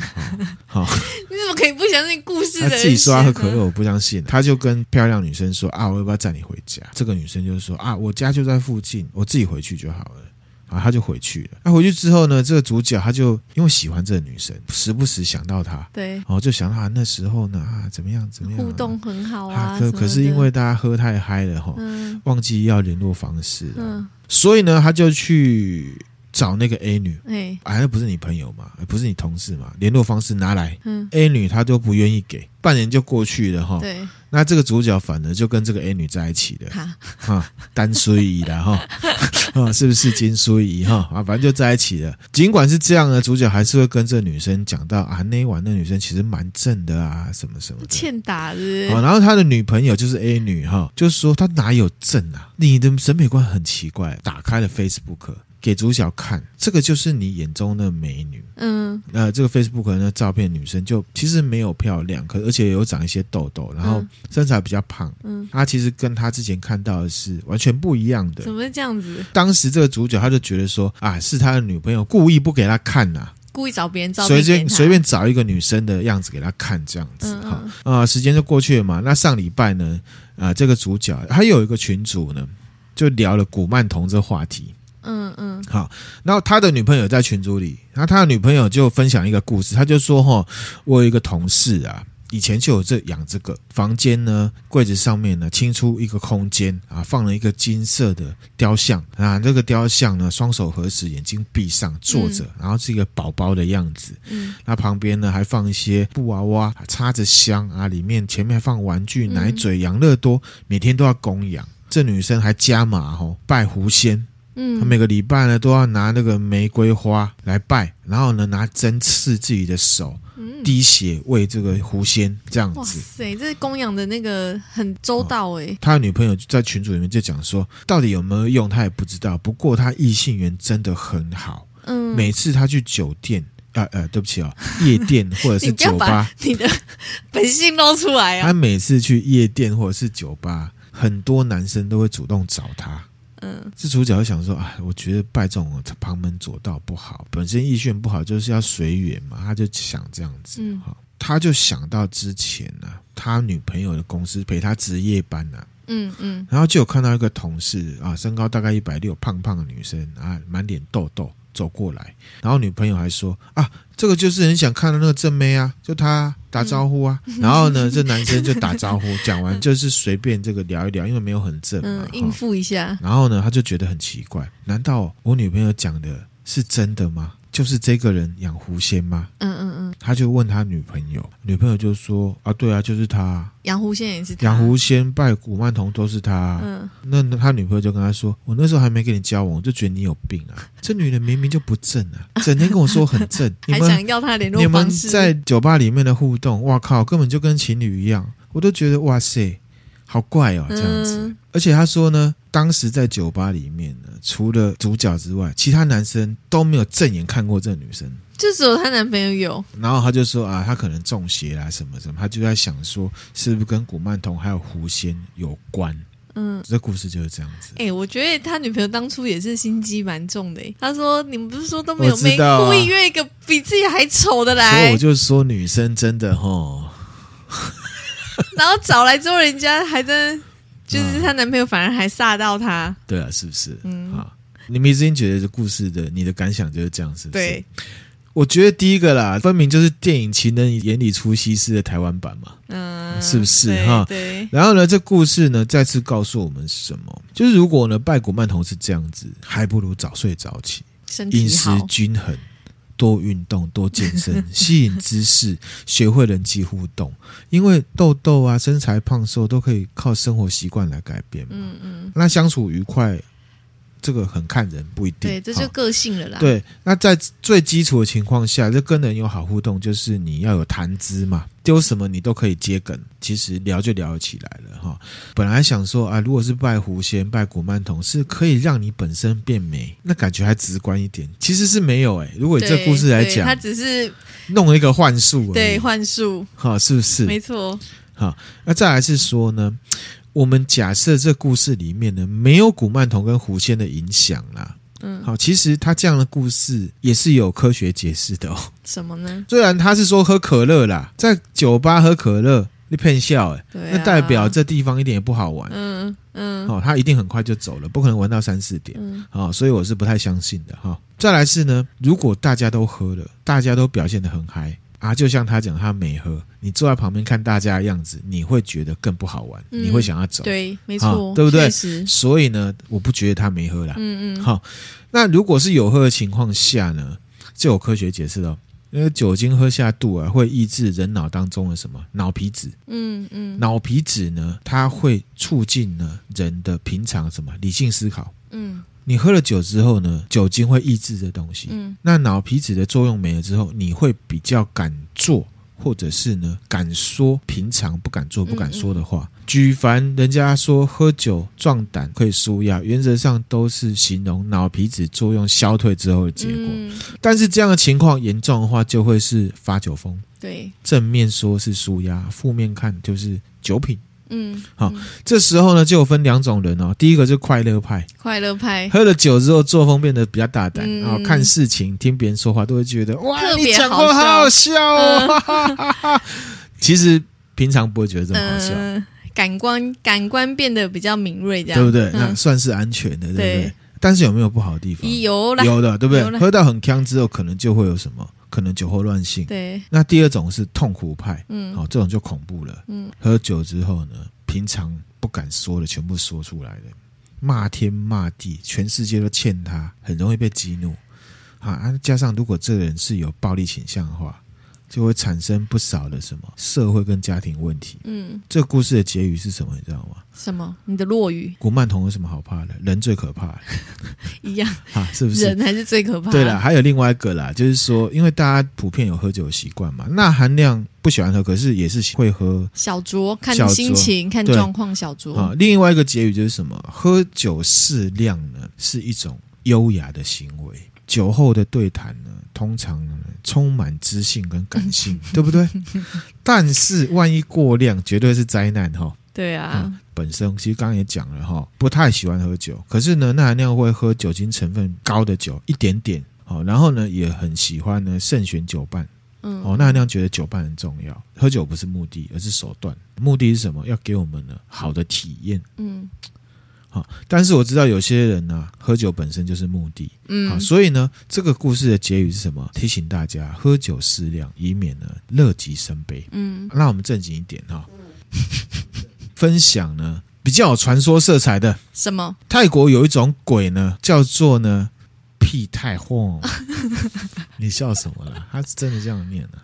[SPEAKER 1] 哈，哈
[SPEAKER 2] 你怎么可以不相信故事
[SPEAKER 1] 他
[SPEAKER 2] 的人
[SPEAKER 1] 自己说他喝可
[SPEAKER 2] 生
[SPEAKER 1] 乐，
[SPEAKER 2] 呢？
[SPEAKER 1] 我不相信。他就跟漂亮女生说啊，我要不要载你回家？这个女生就说啊，我家就在附近，我自己回去就好了。啊，他就回去了。那、回去之后呢，这个主角他就因为喜欢这个女生，时不时想到她，
[SPEAKER 2] 对，
[SPEAKER 1] 哦，就想到啊那时候呢啊怎么样怎么样啊、
[SPEAKER 2] 互动很好
[SPEAKER 1] 啊，
[SPEAKER 2] 啊，
[SPEAKER 1] 可
[SPEAKER 2] 什么
[SPEAKER 1] 可是因
[SPEAKER 2] 的
[SPEAKER 1] 为大家喝太嗨了哈，
[SPEAKER 2] 嗯
[SPEAKER 1] 忘记要联络方式了，
[SPEAKER 2] 嗯，
[SPEAKER 1] 所以呢，他就去找那个 A 女，
[SPEAKER 2] 哎
[SPEAKER 1] 哎，那不是你朋友嘛，哎不是你同事嘛，联络方式拿来
[SPEAKER 2] 嗯，
[SPEAKER 1] ，A 女她都不愿意给，半年就过去了哈，
[SPEAKER 2] 对，
[SPEAKER 1] 那这个主角反而就跟这个 A 女在一 起了。
[SPEAKER 2] 哈，
[SPEAKER 1] 哈，单衰姨啦哈，啊，是不是金衰姨哈？啊，反正就在一起了。尽管是这样呢，主角还是会跟这女生讲到啊，那一晚那女生其实蛮正的啊，什么什么的。哦
[SPEAKER 2] 欠打的
[SPEAKER 1] 好，然后他的女朋友就是 A 女哈，就说她哪有正啊？你的审美观很奇怪。打开了 Facebook 给主角看，这个就是你眼中的美女。
[SPEAKER 2] 嗯
[SPEAKER 1] 那呃这个 Facebook 那照片，女生就其实没有漂亮，可而且有长一些痘痘，然后
[SPEAKER 2] 嗯
[SPEAKER 1] 身材比较胖。
[SPEAKER 2] 嗯，
[SPEAKER 1] 她其实跟她之前看到的是完全不一样的
[SPEAKER 2] 怎。么会这样子？
[SPEAKER 1] 当时这个主角他就觉得说啊，是他的女朋友故意不给他看呐、
[SPEAKER 2] 故意找别人照
[SPEAKER 1] 随
[SPEAKER 2] 片
[SPEAKER 1] 便
[SPEAKER 2] 给他
[SPEAKER 1] 随便找一个女生的样子给他看这样子
[SPEAKER 2] 嗯
[SPEAKER 1] 哈
[SPEAKER 2] 嗯
[SPEAKER 1] 啊、时间就过去了嘛。那上礼拜呢啊、这个主角还有一个群主呢，就聊了古曼童这话题。
[SPEAKER 2] 嗯嗯
[SPEAKER 1] 好，然后他的女朋友在群组里，然后他的女朋友就分享一个故事，他就说哈，我有一个同事啊，以前就有这养这个房间呢，柜子上面呢清出一个空间啊，放了一个金色的雕像啊，这个雕像呢双手合十，眼睛闭上坐着，然后是一个宝宝的样子，
[SPEAKER 2] 嗯
[SPEAKER 1] 那旁边呢还放一些布娃娃，插着香啊，里面前面还放玩具、
[SPEAKER 2] 嗯
[SPEAKER 1] 奶嘴、养乐多，每天都要供养。这女生还加码哦，拜狐仙。他
[SPEAKER 2] 嗯，
[SPEAKER 1] 每个礼拜呢都要拿那个玫瑰花来拜，然后呢拿针刺自己的手，
[SPEAKER 2] 嗯
[SPEAKER 1] 滴血喂这个狐仙这样
[SPEAKER 2] 哇
[SPEAKER 1] 子。
[SPEAKER 2] 塞，这供养的那个很周到哎，
[SPEAKER 1] 他的女朋友就在群组里面就讲说，到底有没有用他也不知道，不过他异性缘真的很好。
[SPEAKER 2] 嗯，
[SPEAKER 1] 每次他去酒店，呃呃，对不起哦，夜店或者
[SPEAKER 2] 你
[SPEAKER 1] 是
[SPEAKER 2] 不要
[SPEAKER 1] 酒
[SPEAKER 2] 把
[SPEAKER 1] 吧，
[SPEAKER 2] 你的本性露出来啊
[SPEAKER 1] 他。每次去夜店或者是酒吧，很多男生都会主动找他。
[SPEAKER 2] 嗯
[SPEAKER 1] 这主角就想说，哎，我觉得拜这种旁门左道不好，本身意愿不好，就是要随缘嘛。他就想这样子，
[SPEAKER 2] 嗯
[SPEAKER 1] 哈、他就想到之前呢、他女朋友的公司陪他值夜班呢、
[SPEAKER 2] 嗯嗯
[SPEAKER 1] 然后就有看到一个同事啊，身高大概一百六，胖胖的女生啊，满脸痘痘走过来，然后女朋友还说啊，这个就是很想看的那个正妹啊，就她啊打招呼啊。
[SPEAKER 2] 嗯
[SPEAKER 1] 然后呢，这男生就打招呼，讲完就是随便这个聊一聊，因为没有很正嘛
[SPEAKER 2] 嗯，，
[SPEAKER 1] 哈
[SPEAKER 2] 应付一下。
[SPEAKER 1] 然后呢，他就觉得很奇怪，难道我女朋友讲的是真的吗？就是这个人养狐仙吗？
[SPEAKER 2] 嗯嗯嗯，
[SPEAKER 1] 他就问他女朋友，女朋友就说啊，对啊，就是他啊，
[SPEAKER 2] 养狐仙也是他
[SPEAKER 1] 养狐。仙、拜古曼童都是他啊。
[SPEAKER 2] 嗯，
[SPEAKER 1] 那他女朋友就跟他说：“我那时候还没跟你交往，我就觉得你有病啊！这女人明明就不正啊，整天跟我说很正，你
[SPEAKER 2] 还
[SPEAKER 1] 们
[SPEAKER 2] 想要他联络
[SPEAKER 1] 你们
[SPEAKER 2] 方式？
[SPEAKER 1] 在酒吧里面的互动，哇靠，根本就跟情侣一样，我都觉得哇塞，好怪哦这样子。
[SPEAKER 2] 嗯
[SPEAKER 1] 而且他说呢，当时在酒吧里面呢，除了主角之外，其他男生都没有正眼看过这女生。
[SPEAKER 2] 就只有她男朋友有。
[SPEAKER 1] 然后他就说啊，他可能中邪啦什么什么，他就在想说，是不是跟古曼童还有狐仙有关？
[SPEAKER 2] 嗯，
[SPEAKER 1] 这故事就是这样子。
[SPEAKER 2] 哎、我觉得他女朋友当初也是心机蛮重的、欸。他说：“你们不是说都没有
[SPEAKER 1] 我知
[SPEAKER 2] 妹，
[SPEAKER 1] 道啊
[SPEAKER 2] 故意约一个比自己还丑的
[SPEAKER 1] 所以
[SPEAKER 2] 来
[SPEAKER 1] 我，就说女生真的吼，
[SPEAKER 2] 然后找来之后，人家还在，
[SPEAKER 1] 嗯
[SPEAKER 2] 就是她男朋友反而还煞到她。
[SPEAKER 1] 对啊，是不是？
[SPEAKER 2] 嗯
[SPEAKER 1] 好，你们已经觉得这故事的你的感想就是这样，是不是？
[SPEAKER 2] 对，
[SPEAKER 1] 我觉得第一个啦，分明就是电影《情人眼里出西施》的台湾版嘛。
[SPEAKER 2] 嗯，
[SPEAKER 1] 是不是
[SPEAKER 2] 对
[SPEAKER 1] 哈
[SPEAKER 2] 对，
[SPEAKER 1] 然后呢，这故事呢再次告诉我们什么？就是如果呢拜古曼童是这样子，还不如早睡早起，
[SPEAKER 2] 身
[SPEAKER 1] 饮
[SPEAKER 2] 体
[SPEAKER 1] 食
[SPEAKER 2] 好，
[SPEAKER 1] 均衡，多运动，多健身， 吸引知识，学会人际互动。因为痘痘啊、身材胖瘦都可以靠生活习惯来改变嘛。
[SPEAKER 2] 嗯嗯，
[SPEAKER 1] 那相处愉快，这个很看人，不一定。
[SPEAKER 2] 对，这就
[SPEAKER 1] 哈
[SPEAKER 2] 个性了啦。，
[SPEAKER 1] 对，那在最基础的情况下，这跟人有好互动，就是你要有谈资嘛，丢什么你都可以接梗，其实聊就聊得起来了哈。本来想说啊，如果是拜狐仙、拜古曼童，是可以让你本身变美，那感觉还直观一点，其实是没有诶、如果以这个故事来
[SPEAKER 2] 对他
[SPEAKER 1] 讲，
[SPEAKER 2] 只是
[SPEAKER 1] 弄了一个幻术而已，
[SPEAKER 2] 对幻术，
[SPEAKER 1] 哈，是不是？
[SPEAKER 2] 没错，
[SPEAKER 1] 那再来是说呢，我们假设这故事里面呢没有古曼童跟狐仙的影响啦。
[SPEAKER 2] 嗯
[SPEAKER 1] 好，其实他这样的故事也是有科学解释的哦。
[SPEAKER 2] 什么呢？
[SPEAKER 1] 虽然他是说喝可乐啦，在酒吧喝可乐，你骗笑哎、
[SPEAKER 2] 对、啊，
[SPEAKER 1] 那代表，这地方一点也不好玩。
[SPEAKER 2] 嗯嗯
[SPEAKER 1] 哦，他一定很快就走了，不可能玩到三四点
[SPEAKER 2] 嗯
[SPEAKER 1] 哦，所以我是不太相信的哈、再来是呢，如果大家都喝了，大家都表现得很嗨啊，就像他讲他没喝，你坐在旁边看大家的样子，你会觉得更不好玩，
[SPEAKER 2] 嗯
[SPEAKER 1] 你会想要走。
[SPEAKER 2] 对，没
[SPEAKER 1] 啊
[SPEAKER 2] 错，
[SPEAKER 1] 对不对
[SPEAKER 2] 确实，
[SPEAKER 1] 所以呢，我不觉得他没喝啦。
[SPEAKER 2] 嗯嗯，
[SPEAKER 1] 好、那如果是有喝的情况下呢，就有科学解释了。因为酒精喝下肚啊，会抑制人脑当中的什么脑皮质？
[SPEAKER 2] 嗯嗯
[SPEAKER 1] 脑皮质呢，它会促进呢人的平常什么理性思考。
[SPEAKER 2] 嗯
[SPEAKER 1] 你喝了酒之后呢，酒精会抑制这东西。
[SPEAKER 2] 嗯
[SPEAKER 1] 那脑皮质的作用没了之后，你会比较敢做，或者是呢敢说平常不敢做、不
[SPEAKER 2] 嗯
[SPEAKER 1] 敢说的话。举凡人家说喝酒壮胆可以舒压，原则上都是形容脑皮质作用消退之后的结果。
[SPEAKER 2] 嗯
[SPEAKER 1] 但是这样的情况严重的话，就会是发酒疯。
[SPEAKER 2] 对，
[SPEAKER 1] 正面说是舒压，负面看就是酒品。
[SPEAKER 2] 嗯，
[SPEAKER 1] 好
[SPEAKER 2] 嗯
[SPEAKER 1] 这时候呢，就有分两种人哦。第一个是快乐派，
[SPEAKER 2] 快乐派，
[SPEAKER 1] 喝了酒之后作风变得比较大胆，
[SPEAKER 2] 哎嗯
[SPEAKER 1] 然后看事情、听别人说话，都会觉得哇，
[SPEAKER 2] 特
[SPEAKER 1] 你
[SPEAKER 2] 别
[SPEAKER 1] 讲
[SPEAKER 2] 好
[SPEAKER 1] 话好好笑
[SPEAKER 2] 嗯
[SPEAKER 1] 哦。 其实平常不会觉得这么好笑，
[SPEAKER 2] 嗯、感官感官变得比较敏锐，这样
[SPEAKER 1] 对不对？那
[SPEAKER 2] 嗯、
[SPEAKER 1] 算是安全的，对不对？
[SPEAKER 2] 对
[SPEAKER 1] 但是有没有不好的地方？
[SPEAKER 2] 有啦，
[SPEAKER 1] 有的，对不
[SPEAKER 2] 有
[SPEAKER 1] 对？
[SPEAKER 2] 啦
[SPEAKER 1] 喝到很呛之后，可能就会有什么？可能酒后乱性。
[SPEAKER 2] 对，
[SPEAKER 1] 那第二种是痛苦派，
[SPEAKER 2] 嗯
[SPEAKER 1] 好、这种就恐怖了。
[SPEAKER 2] 嗯，
[SPEAKER 1] 喝酒之后呢，平常不敢说的全部说出来的，骂天骂地，全世界都欠他，很容易被激怒。啊啊，加上如果这个人是有暴力倾向的话，就会产生不少的什么社会跟家庭问题。
[SPEAKER 2] 嗯，
[SPEAKER 1] 这个故事的结语是什么？你知道吗？
[SPEAKER 2] 什么？你的落语
[SPEAKER 1] 古曼童有什么好怕的？ 人最可怕了，
[SPEAKER 2] 一样，
[SPEAKER 1] 啊，是不是？
[SPEAKER 2] 人还是最可怕。
[SPEAKER 1] 对了，，还有另外一个啦，就是说，因为大家普遍有喝酒的习惯嘛，那含量不喜欢喝，可是也是会喝
[SPEAKER 2] 小酌看
[SPEAKER 1] 小酌
[SPEAKER 2] 心情，看
[SPEAKER 1] 对
[SPEAKER 2] 状况，小酌。
[SPEAKER 1] 啊，另外一个结语就是什么？喝酒适量呢，是一种优雅的行为。酒后的对谈呢，通常呢充满知性跟感性，对不对？但是万一过量，绝对是灾难哈、
[SPEAKER 2] 对啊，
[SPEAKER 1] 嗯本身其实刚刚也讲了哈、不太喜欢喝酒，可是呢，那含量会喝酒精成分高的酒一点点。好，然后呢，也很喜欢呢慎选酒伴。
[SPEAKER 2] 嗯，
[SPEAKER 1] 哦，那含量觉得酒伴很重要，喝酒不是目的，而是手段。目的是什么？要给我们呢好的体验。
[SPEAKER 2] 嗯
[SPEAKER 1] 好，但是我知道有些人呢、喝酒本身就是目的。好，
[SPEAKER 2] 嗯，
[SPEAKER 1] 所以呢，这个故事的结语是什么？提醒大家喝酒适量，以免呢乐极生悲。
[SPEAKER 2] 嗯
[SPEAKER 1] 那我们正经一点哈、 分享呢比较有传说色彩的。
[SPEAKER 2] 什么？
[SPEAKER 1] 泰国有一种鬼呢，叫做呢屁太 晃。你笑什么了？他是真的这样念的、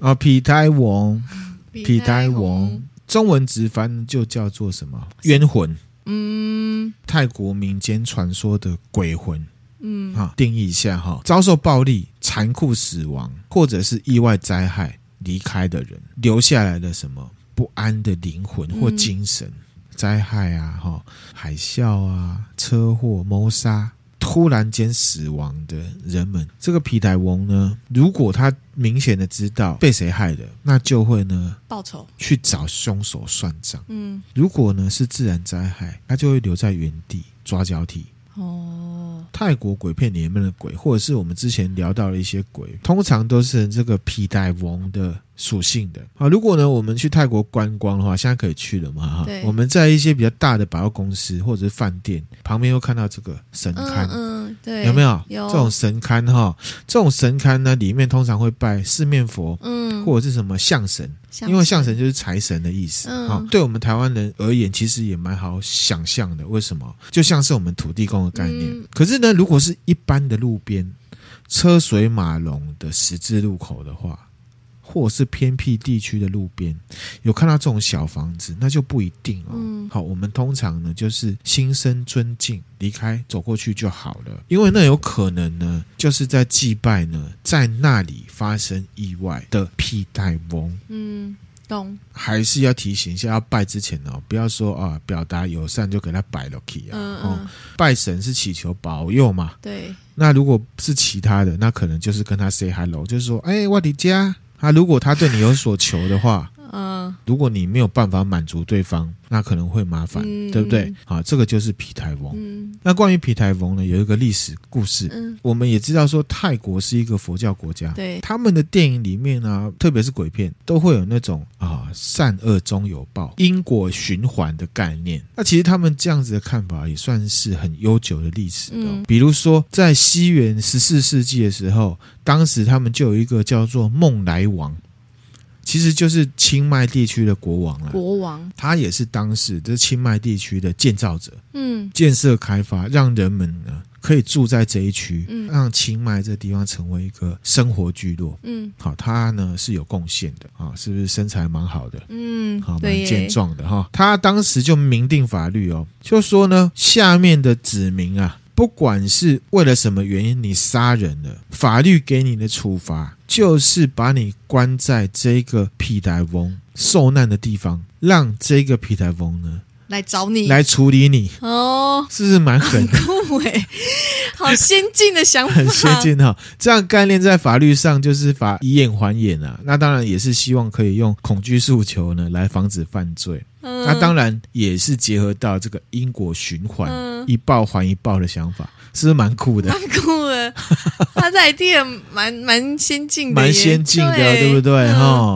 [SPEAKER 1] 啊，皮胎王，皮胎王，，中文直翻就叫做什么？冤魂。
[SPEAKER 2] 嗯
[SPEAKER 1] 泰国民间传说的鬼魂
[SPEAKER 2] 嗯
[SPEAKER 1] 啊，定义一下哈，遭受暴力、残酷死亡或者是意外灾害离开的人，留下来的什么不安的灵魂或精神、灾害啊，哈，海啸啊，车祸、谋杀。突然间死亡的人们，这个皮带翁呢，如果他明显的知道被谁害的，那就会呢
[SPEAKER 2] 报仇，
[SPEAKER 1] 去找凶手算账。
[SPEAKER 2] 嗯
[SPEAKER 1] 如果呢是自然灾害，他就会留在原地抓交替。
[SPEAKER 2] 哦，
[SPEAKER 1] 泰国鬼片里面的鬼，或者是我们之前聊到的一些鬼，通常都是这个皮带翁的属性的啊。如果呢我们去泰国观光的话，现在可以去了嘛哈
[SPEAKER 2] 对。
[SPEAKER 1] 我们在一些比较大的百货公司或者是饭店旁边又看到这个神龛。
[SPEAKER 2] 嗯嗯，对，
[SPEAKER 1] 有没有
[SPEAKER 2] 有
[SPEAKER 1] 这种神龛哈？这种神龛呢，里面通常会拜四面佛
[SPEAKER 2] 嗯，
[SPEAKER 1] 或者是什么象神，
[SPEAKER 2] 像
[SPEAKER 1] 因为象神就是财神的意思
[SPEAKER 2] 嗯
[SPEAKER 1] 啊、哦对我们台湾人而言，其实也蛮好想象的。为什么？就像是我们土地公的概念。
[SPEAKER 2] 嗯
[SPEAKER 1] 可是呢，如果是一般的路边车水马龙的十字路口的话，或是偏僻地区的路边，有看到这种小房子，那就不一定哦。
[SPEAKER 2] 嗯
[SPEAKER 1] 好，我们通常呢就是心生尊敬，离开走过去就好了，因为那有可能呢就是在祭拜呢，在那里发生意外的替代翁。
[SPEAKER 2] 嗯懂，
[SPEAKER 1] 还是要提醒一下，要拜之前哦，不要说啊，表达友善就给他摆了 key 啊。
[SPEAKER 2] 嗯
[SPEAKER 1] 哦，
[SPEAKER 2] 嗯，
[SPEAKER 1] 拜神是祈求保佑嘛。
[SPEAKER 2] 对，
[SPEAKER 1] 那如果是其他的，那可能就是跟他 say hello，就是说，哎、我的家。啊，如果他对你有所求的 话，
[SPEAKER 2] 嗯
[SPEAKER 1] 如果你没有办法满足对方，那可能会麻烦，
[SPEAKER 2] 嗯
[SPEAKER 1] 对不对？啊，这个就是皮台翁。
[SPEAKER 2] 嗯
[SPEAKER 1] 那关于皮台翁呢，有一个历史故事。
[SPEAKER 2] 嗯，
[SPEAKER 1] 我们也知道说，泰国是一个佛教国家，
[SPEAKER 2] 对，
[SPEAKER 1] 他们的电影里面啊，特别是鬼片，都会有那种啊善恶终有报、因果循环的概念。那其实他们这样子的看法也算是很悠久的历史的哦、
[SPEAKER 2] 嗯
[SPEAKER 1] 比如说，在西元十四世纪的时候，当时他们就有一个叫做孟来王，其实就是清迈地区的国王了。
[SPEAKER 2] 国王，
[SPEAKER 1] 他也是当时这清迈地区的建造者，
[SPEAKER 2] 嗯
[SPEAKER 1] 建设开发，让人们呢可以住在这一区，
[SPEAKER 2] 嗯
[SPEAKER 1] 让清迈这地方成为一个生活聚落。
[SPEAKER 2] 嗯
[SPEAKER 1] 好，他呢是有贡献的啊，是不是身材蛮好的？
[SPEAKER 2] 嗯
[SPEAKER 1] 好，，蛮
[SPEAKER 2] 对
[SPEAKER 1] 健
[SPEAKER 2] 耶，
[SPEAKER 1] 壮的哈。他当时就明定法律哦，就说呢，下面的子民啊，不管是为了什么原因你杀人了，法律给你的处罚就是把你关在这个皮台翁受难的地方，让这个皮台翁呢
[SPEAKER 2] 来找你，
[SPEAKER 1] 来处理你，
[SPEAKER 2] 哦，
[SPEAKER 1] 是不是蛮狠的？
[SPEAKER 2] 酷哎，好先进的想 法，
[SPEAKER 1] 很先进
[SPEAKER 2] 啊
[SPEAKER 1] 哈。这样概念在法律上就是法以眼还眼啊，那当然也是希望可以用恐惧诉求呢来防止犯罪。
[SPEAKER 2] 嗯，
[SPEAKER 1] 那啊当然也是结合到这个因果循环，
[SPEAKER 2] 嗯
[SPEAKER 1] 一报还一报的想法，是不是蛮酷 的？
[SPEAKER 2] 蛮 酷的，他的 idea 蛮蛮先进的耶，
[SPEAKER 1] 蛮先进的，对不对？
[SPEAKER 2] 嗯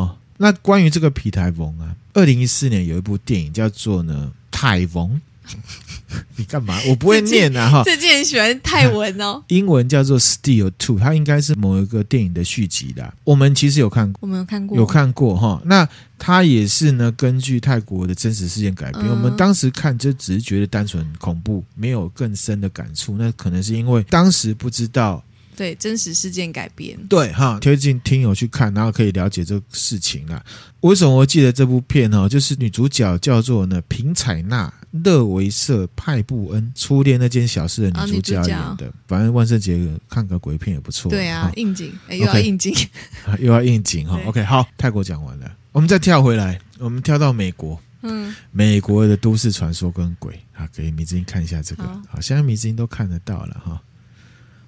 [SPEAKER 1] 哈、那关于这个皮台翁啊，二零一四年有一部电影叫做呢《泰翁》， 你干嘛？我不会
[SPEAKER 2] 自己
[SPEAKER 1] 念啊，哈，
[SPEAKER 2] 最近很喜欢泰文 哦，
[SPEAKER 1] 英文叫做《Steel Two》，它应该是某一个电影的续集啦。我们其实有看过，
[SPEAKER 2] 我们有看过，
[SPEAKER 1] 有看过哈。那它也是呢，根据泰国的真实事件改编。
[SPEAKER 2] 嗯
[SPEAKER 1] 我们当时看就只是觉得单纯恐怖，没有更深的感触。那可能是因为当时不知道，
[SPEAKER 2] 对真实事件改编，
[SPEAKER 1] 对哈，推荐听友去看，然后可以了解这个事情啦。为什么我记得这部片哦？就是女主角叫做呢平采娜·勒维瑟·派布恩，初恋那件小事的
[SPEAKER 2] 啊
[SPEAKER 1] 女主角
[SPEAKER 2] 女主
[SPEAKER 1] 演
[SPEAKER 2] 角
[SPEAKER 1] 的。反正万圣节看个鬼片也不错。
[SPEAKER 2] 对啊
[SPEAKER 1] 哈，
[SPEAKER 2] 应景，哎，又要
[SPEAKER 1] OK
[SPEAKER 2] 应景，
[SPEAKER 1] 啊 又要应景哈
[SPEAKER 2] 对。
[SPEAKER 1] OK，好，泰国讲完了，我们再跳回来，我们跳到美国，
[SPEAKER 2] 嗯，
[SPEAKER 1] 美国的都市传说跟鬼啊，给米之音看一下这个
[SPEAKER 2] 好
[SPEAKER 1] 好，现在米之音都看得到了哈。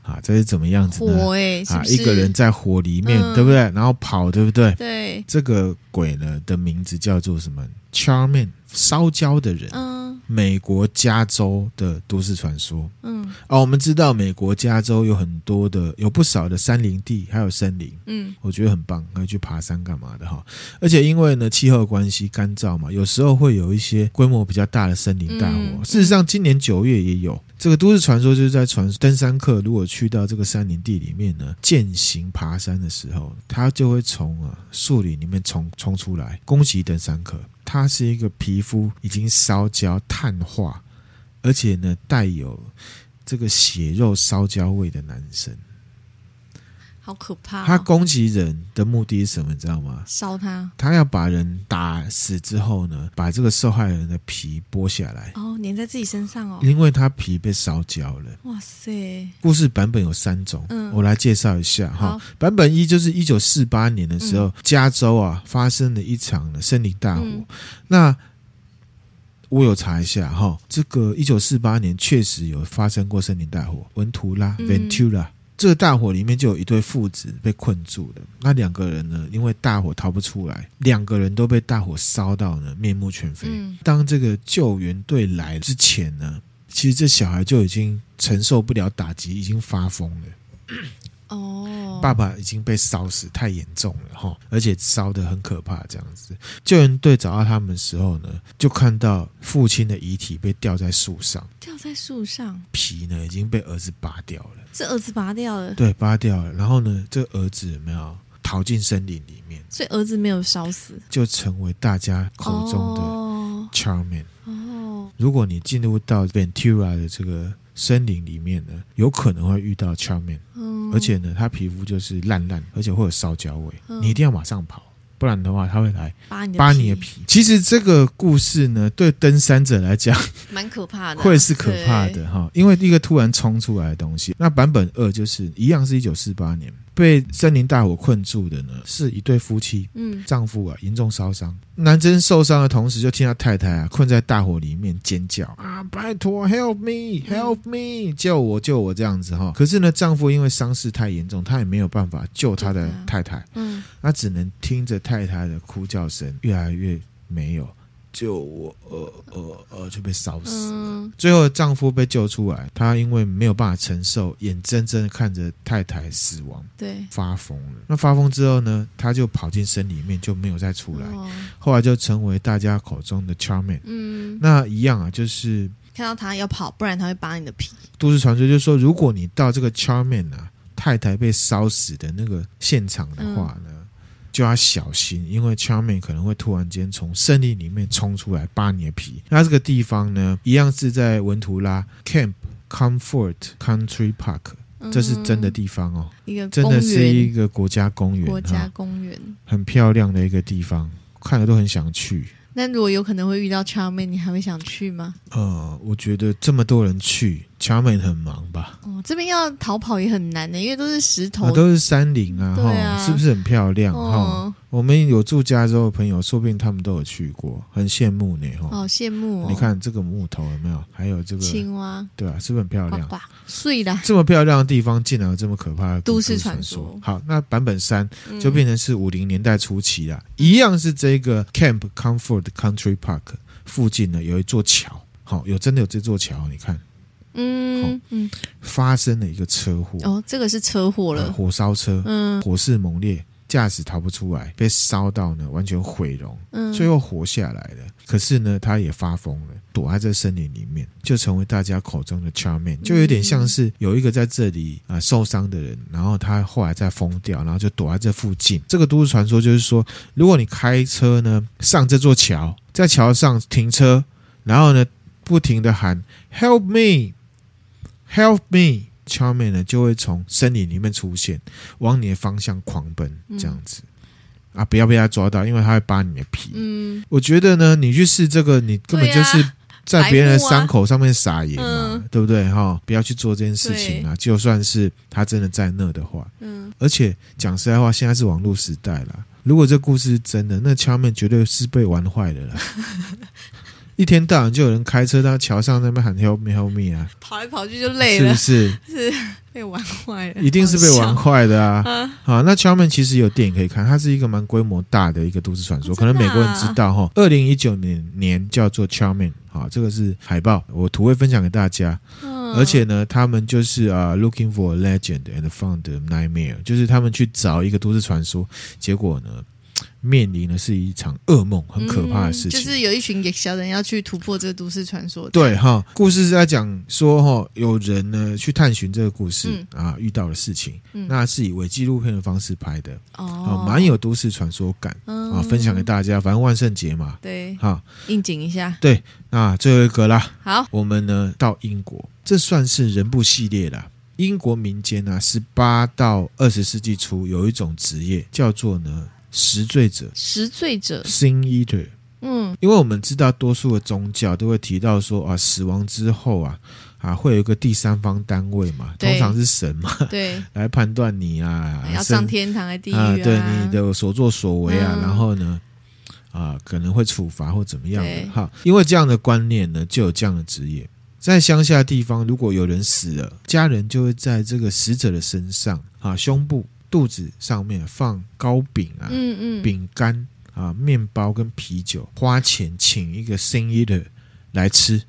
[SPEAKER 1] 啊，这是怎么样子呢？
[SPEAKER 2] 火哎、是
[SPEAKER 1] 啊，
[SPEAKER 2] 不是？
[SPEAKER 1] 一个人在火里面，
[SPEAKER 2] 嗯
[SPEAKER 1] 对不对？然后跑，对不对？
[SPEAKER 2] 对，
[SPEAKER 1] 这个鬼呢的名字叫做什么？Charmin，烧焦的人，
[SPEAKER 2] 嗯
[SPEAKER 1] 美国加州的都市传说。
[SPEAKER 2] 嗯
[SPEAKER 1] 哦，我们知道美国加州有很多的，有不少的山林地，还有森林。
[SPEAKER 2] 嗯
[SPEAKER 1] 我觉得很棒，可以去爬山干嘛的哈。而且因为呢气候关系干燥嘛，有时候会有一些规模比较大的森林大火。
[SPEAKER 2] 嗯
[SPEAKER 1] 事实上，今年九月也有这个都市传说，就是在传登山客如果去到这个山林地里面呢，践行爬山的时候，他就会从啊树林里面冲冲出来攻击登山客。它是一个皮肤已经烧焦碳化，而且呢带有这个血肉烧焦味的男生。
[SPEAKER 2] 好可怕、
[SPEAKER 1] 他
[SPEAKER 2] 哦，
[SPEAKER 1] 攻击人的目的是什么？你知道吗？
[SPEAKER 2] 烧他
[SPEAKER 1] 他要把人打死之后呢，把这个受害人的皮剥下来，
[SPEAKER 2] 哦，粘在自己 身上哦，
[SPEAKER 1] 因为他皮被烧焦了。
[SPEAKER 2] 哇塞，
[SPEAKER 1] 故事版本有三种，
[SPEAKER 2] 嗯
[SPEAKER 1] 我来介绍一下哈
[SPEAKER 2] 好。
[SPEAKER 1] 版本一就是一九四八年的时候，加州啊发生了一场的森林大火。
[SPEAKER 2] 嗯
[SPEAKER 1] 那我有查一下哈，这个一九四八年确实有发生过森林大火，文图拉
[SPEAKER 2] 嗯
[SPEAKER 1] （Ventura）、这个大火里面就有一对父子被困住了，那两个人呢，因为大火逃不出来，两个人都被大火烧到呢面目全非。
[SPEAKER 2] 嗯
[SPEAKER 1] 当这个救援队来之前呢，其实这小孩就已经承受不了打击，已经发疯了。
[SPEAKER 2] 哦，
[SPEAKER 1] 爸爸已经被烧死，太严重了哈，而且烧得很可怕，这样子。救援队找到他们的时候呢，就看到父亲的遗体被吊在树上，
[SPEAKER 2] 掉在树上，
[SPEAKER 1] 皮呢已经被儿子拔掉了，
[SPEAKER 2] 这儿子拔掉了，
[SPEAKER 1] 对，拔掉了。然后呢，这儿子有没有逃进森林里面，
[SPEAKER 2] 所以儿子没有烧死，
[SPEAKER 1] 就成为大家口中的
[SPEAKER 2] 哦
[SPEAKER 1] Charmin。
[SPEAKER 2] 哦，
[SPEAKER 1] 如果你进入到 Ventura 的这个森林里面呢，有可能会遇到 Charmin。
[SPEAKER 2] 嗯，
[SPEAKER 1] 而且呢，他皮肤就是烂烂，而且会有烧焦味，
[SPEAKER 2] 嗯
[SPEAKER 1] 你一定要马上跑，不然的话他会来
[SPEAKER 2] 扒你
[SPEAKER 1] 扒你的，皮。其实这个故事呢，对登山者来讲
[SPEAKER 2] 蛮可怕的啊，
[SPEAKER 1] 会是可怕
[SPEAKER 2] 对，
[SPEAKER 1] 的哈，因为一个突然冲出来的东西。那版本二就是一样是一九四八年被森林大火困住的呢，是一对夫妻。
[SPEAKER 2] 嗯
[SPEAKER 1] 丈夫啊，严重烧伤，男生受伤的同时，就听到太太啊困在大火里面尖叫啊，拜托，help me，help me，救
[SPEAKER 2] 嗯
[SPEAKER 1] 我，救我这样子哈。可是呢，丈夫因为伤势太严重，他也没有办法救他的
[SPEAKER 2] 救他
[SPEAKER 1] 太太，
[SPEAKER 2] 嗯，
[SPEAKER 1] 他只能听着太太的哭叫声越来越没有，救我，呃呃呃，就被烧 死。
[SPEAKER 2] 嗯，
[SPEAKER 1] 最后，丈夫被救出来，他因为没有办法承受，眼睁睁的看着太太死亡，
[SPEAKER 2] 对，
[SPEAKER 1] 发疯了。那发疯之后呢，他就跑进山里面，就没有再出来。
[SPEAKER 2] 哦
[SPEAKER 1] 后来就成为大家口中的 Charmin。
[SPEAKER 2] 嗯，
[SPEAKER 1] 那一样啊，就是
[SPEAKER 2] 看到他要跑，不然他会扒你的皮，
[SPEAKER 1] 都市传说，就是说，如果你到这个 Charmin 啊，太太被烧死的那个现场的话呢，就要小心，因为 Charmin 可能会突然间从森林里面冲出来扒你的皮。那这个地方呢，一样是在文图拉 Camp Comfort Country Park，这是真的
[SPEAKER 2] 嗯
[SPEAKER 1] 地方哦，
[SPEAKER 2] 一个
[SPEAKER 1] 真的是一
[SPEAKER 2] 公
[SPEAKER 1] 个国家公
[SPEAKER 2] 园
[SPEAKER 1] 园，
[SPEAKER 2] 国家
[SPEAKER 1] 哈
[SPEAKER 2] 公园。
[SPEAKER 1] 很漂亮的一个地方，看了都很想去。
[SPEAKER 2] 那如果有可能会遇到 Charmin，你还会想去吗？
[SPEAKER 1] 呃，我觉得这么多人去，乔美很忙吧？
[SPEAKER 2] 哦，这边要逃跑也很难的，因为都是石头
[SPEAKER 1] 啊，。都是啊山林啊，
[SPEAKER 2] 对
[SPEAKER 1] 哈、
[SPEAKER 2] 啊
[SPEAKER 1] 是不是很漂亮？哈、
[SPEAKER 2] 哦，
[SPEAKER 1] 我们有住加州的朋友，说不定他们都有去过，很羡慕呢，哈、
[SPEAKER 2] 好羡慕哦！
[SPEAKER 1] 你看这个木头有没有？还有这个，
[SPEAKER 2] 青蛙，
[SPEAKER 1] 对啊，是不是很漂
[SPEAKER 2] 呱
[SPEAKER 1] 亮？
[SPEAKER 2] 呱，碎啦，
[SPEAKER 1] 这么漂亮的地方，竟然有这么可怕的
[SPEAKER 2] 都市
[SPEAKER 1] 市
[SPEAKER 2] 传
[SPEAKER 1] 说。
[SPEAKER 2] 说
[SPEAKER 1] 好，那版本三
[SPEAKER 2] 嗯
[SPEAKER 1] 就变成是五零年代初期啦，一样是这个 Camp Comfort Country Park 附近呢有一座桥，好、有真的有这座桥，你看
[SPEAKER 2] 嗯嗯，
[SPEAKER 1] 发生了一个车祸。
[SPEAKER 2] 哦，这个是车祸
[SPEAKER 1] 呃
[SPEAKER 2] 了，
[SPEAKER 1] 火烧车，
[SPEAKER 2] 嗯
[SPEAKER 1] 火势猛烈，驾驶逃不出来，被烧到呢完全毁容，
[SPEAKER 2] 嗯，
[SPEAKER 1] 最后活下来了。可是呢，他也发疯了，躲在这森林里面，就成为大家口中的
[SPEAKER 2] 嗯
[SPEAKER 1] Charmin，就有点像是有一个在这里啊、受伤的人，然后他后来再疯掉，然后就躲在这附近。这个都市传说就是说，如果你开车呢上这座桥，在桥上停车，然后呢不停的喊 “Help me”。Help me！敲妹呢就会从森林里面出现，往你的方向狂奔，
[SPEAKER 2] 嗯
[SPEAKER 1] 这样子、啊，不要被他抓到，因为他会扒你的皮。
[SPEAKER 2] 嗯
[SPEAKER 1] 我觉得呢，你去试这个，你根本就是
[SPEAKER 2] 对啊
[SPEAKER 1] 在别人的伤口上面撒盐嘛，
[SPEAKER 2] 白目啊
[SPEAKER 1] 对不对？哈、不要去做这件事情啊！就算是他真的在那的话，
[SPEAKER 2] 嗯，
[SPEAKER 1] 而且讲实在话，现在是网络时 代啦。如果这故事是真的，那敲妹绝对是被玩坏的啦。一天到晚就有人开车到桥上那边喊 “help me, help me” 啊，
[SPEAKER 2] 跑来跑去就累
[SPEAKER 1] 是
[SPEAKER 2] 了
[SPEAKER 1] 不，是？
[SPEAKER 2] 被玩坏了，
[SPEAKER 1] 一定是被玩
[SPEAKER 2] 好笑。
[SPEAKER 1] 坏的啊！
[SPEAKER 2] 嗯，
[SPEAKER 1] 啊，那敲门其实有电影可以看，它是一个蛮规模大的一个都市传说，
[SPEAKER 2] 哦
[SPEAKER 1] 可能
[SPEAKER 2] 真
[SPEAKER 1] 美
[SPEAKER 2] 的啊
[SPEAKER 1] 国人知道哈。二零一九年年叫做敲门啊，这个是海报，我图会分享给大家。
[SPEAKER 2] 嗯
[SPEAKER 1] 而且呢，他们就是啊、l o o k i n g for a legend and found a nightmare，就是他们去找一个都市传说，结果呢，面临的是一场噩梦，很可怕的事情。
[SPEAKER 2] 嗯就是有一群小人要去突破这个都市传说。
[SPEAKER 1] 对哈，故事是在讲说哈，有人呢去探寻这个故事、啊遇到的事情，
[SPEAKER 2] 嗯
[SPEAKER 1] 那是以伪纪录片的方式拍的，啊
[SPEAKER 2] 哦，
[SPEAKER 1] 蛮有都市传说感啊，
[SPEAKER 2] 啊
[SPEAKER 1] 分享给大家。反正万圣节嘛，
[SPEAKER 2] 对，
[SPEAKER 1] 哈，
[SPEAKER 2] 应景一下。
[SPEAKER 1] 那最后一个啦，
[SPEAKER 2] 好，
[SPEAKER 1] 我们呢到英国，这算是人部系列啦。英国民间呢、啊，十八到二十世纪初有一种职业叫做呢食罪者
[SPEAKER 2] 食罪者，
[SPEAKER 1] （sin eater）。
[SPEAKER 2] 嗯
[SPEAKER 1] 因为我们知道，多数的宗教都会提到说啊，死亡之后啊，啊会有一个第三方单位嘛，
[SPEAKER 2] 对
[SPEAKER 1] 通常是神嘛，
[SPEAKER 2] 对，
[SPEAKER 1] 来判断你啊，
[SPEAKER 2] 要
[SPEAKER 1] 生
[SPEAKER 2] 上天堂还地狱
[SPEAKER 1] 啊，
[SPEAKER 2] 啊？
[SPEAKER 1] 对你的所作所为啊，
[SPEAKER 2] 嗯
[SPEAKER 1] 然后呢，啊可能会处罚或怎么样的
[SPEAKER 2] 对
[SPEAKER 1] 哈。因为这样的观念呢，就有这样的职业。在乡下地方，如果有人死了，家人就会在这个死者的身上啊、胸部、肚子上面放糕饼啊、
[SPEAKER 2] 嗯嗯，
[SPEAKER 1] 饼干啊、面包跟啤酒，花钱请一个生意的来吃，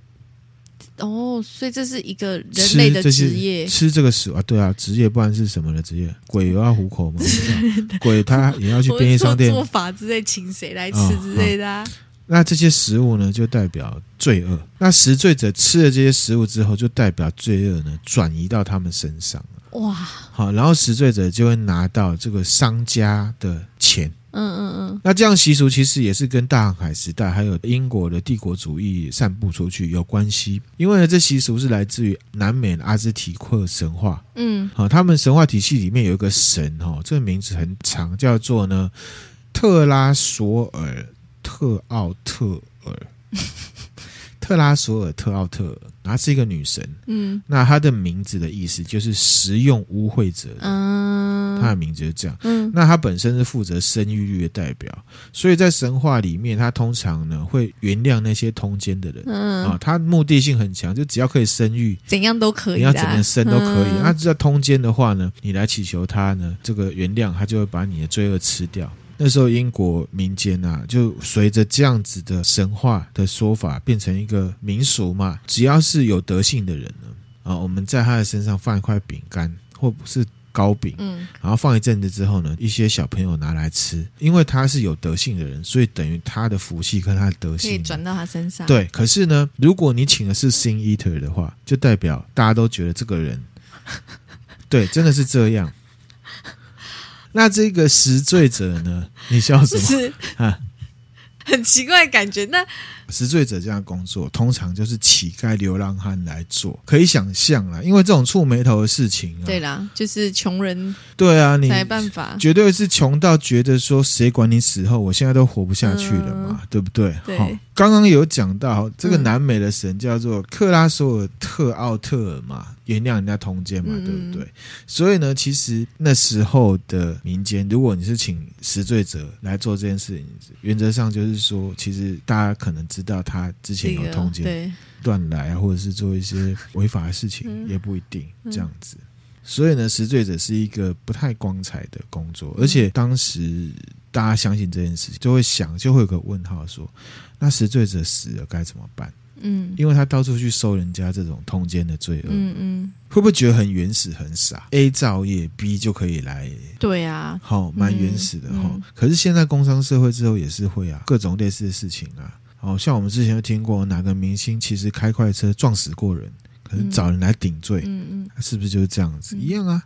[SPEAKER 2] 哦，所以这是一个人
[SPEAKER 1] 吃
[SPEAKER 2] 类的
[SPEAKER 1] 这些
[SPEAKER 2] 职业，
[SPEAKER 1] 吃这个食物啊，对啊，职业不然是什么的职业？鬼有要糊口 吗？我不知道鬼他也要去
[SPEAKER 2] 我
[SPEAKER 1] 便利
[SPEAKER 2] 说
[SPEAKER 1] 商店
[SPEAKER 2] 做法之类，请谁来吃
[SPEAKER 1] 哦
[SPEAKER 2] 之类的啊？
[SPEAKER 1] 那这些食物呢，就代表罪恶。那食罪者吃了这些食物之后，就代表罪恶呢转移到他们身上了。
[SPEAKER 2] 哇，
[SPEAKER 1] 好，然后食罪者就会拿到这个商家的钱。
[SPEAKER 2] 嗯嗯
[SPEAKER 1] 那这样习俗其实也是跟大航海时代还有英国的帝国主义散布出去有关系，因为呢，这习俗是来自于南美的阿兹提克神话。
[SPEAKER 2] 嗯
[SPEAKER 1] 好，他们神话体系里面有一个神哦，这个名字很长，叫做呢特拉索尔特奥特尔， 特拉索尔特奥特尔，她是一个女神。
[SPEAKER 2] 嗯
[SPEAKER 1] 那她的名字的意思就是食用污秽者，
[SPEAKER 2] 嗯
[SPEAKER 1] 她的名字就是这样。
[SPEAKER 2] 嗯
[SPEAKER 1] 那她本身是负责生育率的代表，所以在神话里面，她通常呢会原谅那些通奸的人啊
[SPEAKER 2] 嗯，，
[SPEAKER 1] 她目的性很强，就只要可以生育，
[SPEAKER 2] 怎样都可以
[SPEAKER 1] 你
[SPEAKER 2] 啦，
[SPEAKER 1] 要怎么生都可以。啊
[SPEAKER 2] 嗯
[SPEAKER 1] 那只要通奸的话呢，你来祈求他呢，这个原谅，他就会把你的罪恶吃掉。那时候英国民间啊，就随着这样子的神话的说法，变成一个民俗嘛。只要是有德性的人呢，啊，我们在他的身上放一块饼干或是糕饼，
[SPEAKER 2] 嗯
[SPEAKER 1] 然后放一阵子之后呢，一些小朋友拿来吃，因为他是有德性的人，所以等于他的福气跟他的德
[SPEAKER 2] 可
[SPEAKER 1] 性
[SPEAKER 2] 以
[SPEAKER 1] 呢
[SPEAKER 2] 转到他身上，，
[SPEAKER 1] 对，可是呢，如果你请的是 Sin Eater 的话，就代表大家都觉得这个 人，对，真的是这样。那这个食罪者呢？你笑什
[SPEAKER 2] 就
[SPEAKER 1] 么？
[SPEAKER 2] 是
[SPEAKER 1] 啊
[SPEAKER 2] 很奇怪的感觉。那
[SPEAKER 1] 嗯食罪者这样的工作，通常就是乞丐、流浪汉来做，可以想象啦，因为这种触眉头的事情啊，
[SPEAKER 2] 对啦，就是穷人
[SPEAKER 1] 对啊，你
[SPEAKER 2] 才办法，
[SPEAKER 1] 绝对是穷到觉得说谁管你死后，我现在都活不下去了嘛，对不对？
[SPEAKER 2] 嗯对
[SPEAKER 1] 好刚刚有讲到这个
[SPEAKER 2] 嗯
[SPEAKER 1] 南美的神叫做克拉索尔特奥特尔嘛，原谅人家通奸嘛，
[SPEAKER 2] 嗯
[SPEAKER 1] 对不对？所以呢，其实那时候的民间，如果你是请实罪者来做这件事情，原则上就是说，其实大家可能知道他之前
[SPEAKER 2] 这
[SPEAKER 1] 有
[SPEAKER 2] 个
[SPEAKER 1] 通奸，
[SPEAKER 2] 对，
[SPEAKER 1] 断奶啊，或者是做一些违法的事情，
[SPEAKER 2] 嗯
[SPEAKER 1] 也不一定
[SPEAKER 2] 嗯
[SPEAKER 1] 这样子。所以呢，食罪者是一个不太光彩的工作，
[SPEAKER 2] 嗯
[SPEAKER 1] 而且当时大家相信这件事情，就会想，就会有个问号说，那食罪者死了该怎么办？
[SPEAKER 2] 嗯
[SPEAKER 1] 因为他到处去收人家这种通奸的罪恶，
[SPEAKER 2] 嗯嗯，
[SPEAKER 1] 会不会觉得很原始、很傻？A 造业，B 就可以来
[SPEAKER 2] 对啊，
[SPEAKER 1] 好，蛮原始的哈、
[SPEAKER 2] 嗯
[SPEAKER 1] 齁
[SPEAKER 2] 嗯
[SPEAKER 1] 可是现在工商社会之后也是会啊，各种类似的事情啊。哦，像我们之前就听过哪个明星其实开快车撞死过人，可是找人来顶罪，
[SPEAKER 2] 嗯嗯
[SPEAKER 1] 是不是就是这样子、
[SPEAKER 2] 嗯
[SPEAKER 1] 一样啊？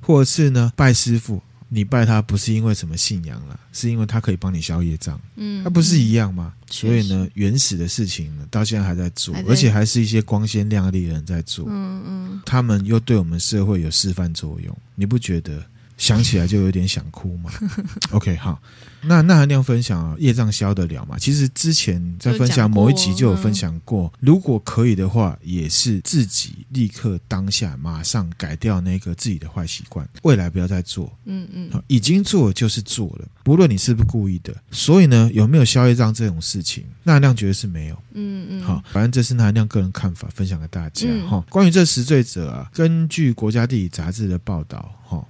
[SPEAKER 1] 或者是呢，拜师傅，你拜他不是因为什么信仰啦，是因为他可以帮你消业障，
[SPEAKER 2] 嗯，
[SPEAKER 1] 他不是一样吗？所以
[SPEAKER 2] 确
[SPEAKER 1] 呢，原始的事情呢，到现在还在做
[SPEAKER 2] 还，在
[SPEAKER 1] 而且还是一些光鲜亮丽的人在做。
[SPEAKER 2] 嗯嗯。
[SPEAKER 1] 他们又对我们社会有示范作用，你不觉得？想起来就有点想哭嘛。OK，好，那那含量分享啊，业障消得了嘛？其实之前在分享某一集就有分享过，如果可以的话，也是自己立刻当下马上改掉那个自己的坏习惯，未来不要再做。
[SPEAKER 2] 嗯嗯，
[SPEAKER 1] 好已经做了就是做了，不论你是不是故意的。所以呢，有没有消业障这种事情，那含量绝对是没有。
[SPEAKER 2] 嗯嗯，
[SPEAKER 1] 好，，反正这是那含量个人看法，分享给大家
[SPEAKER 2] 嗯
[SPEAKER 1] 哈、关于这十罪者啊，根据国家地理杂志的报道哈。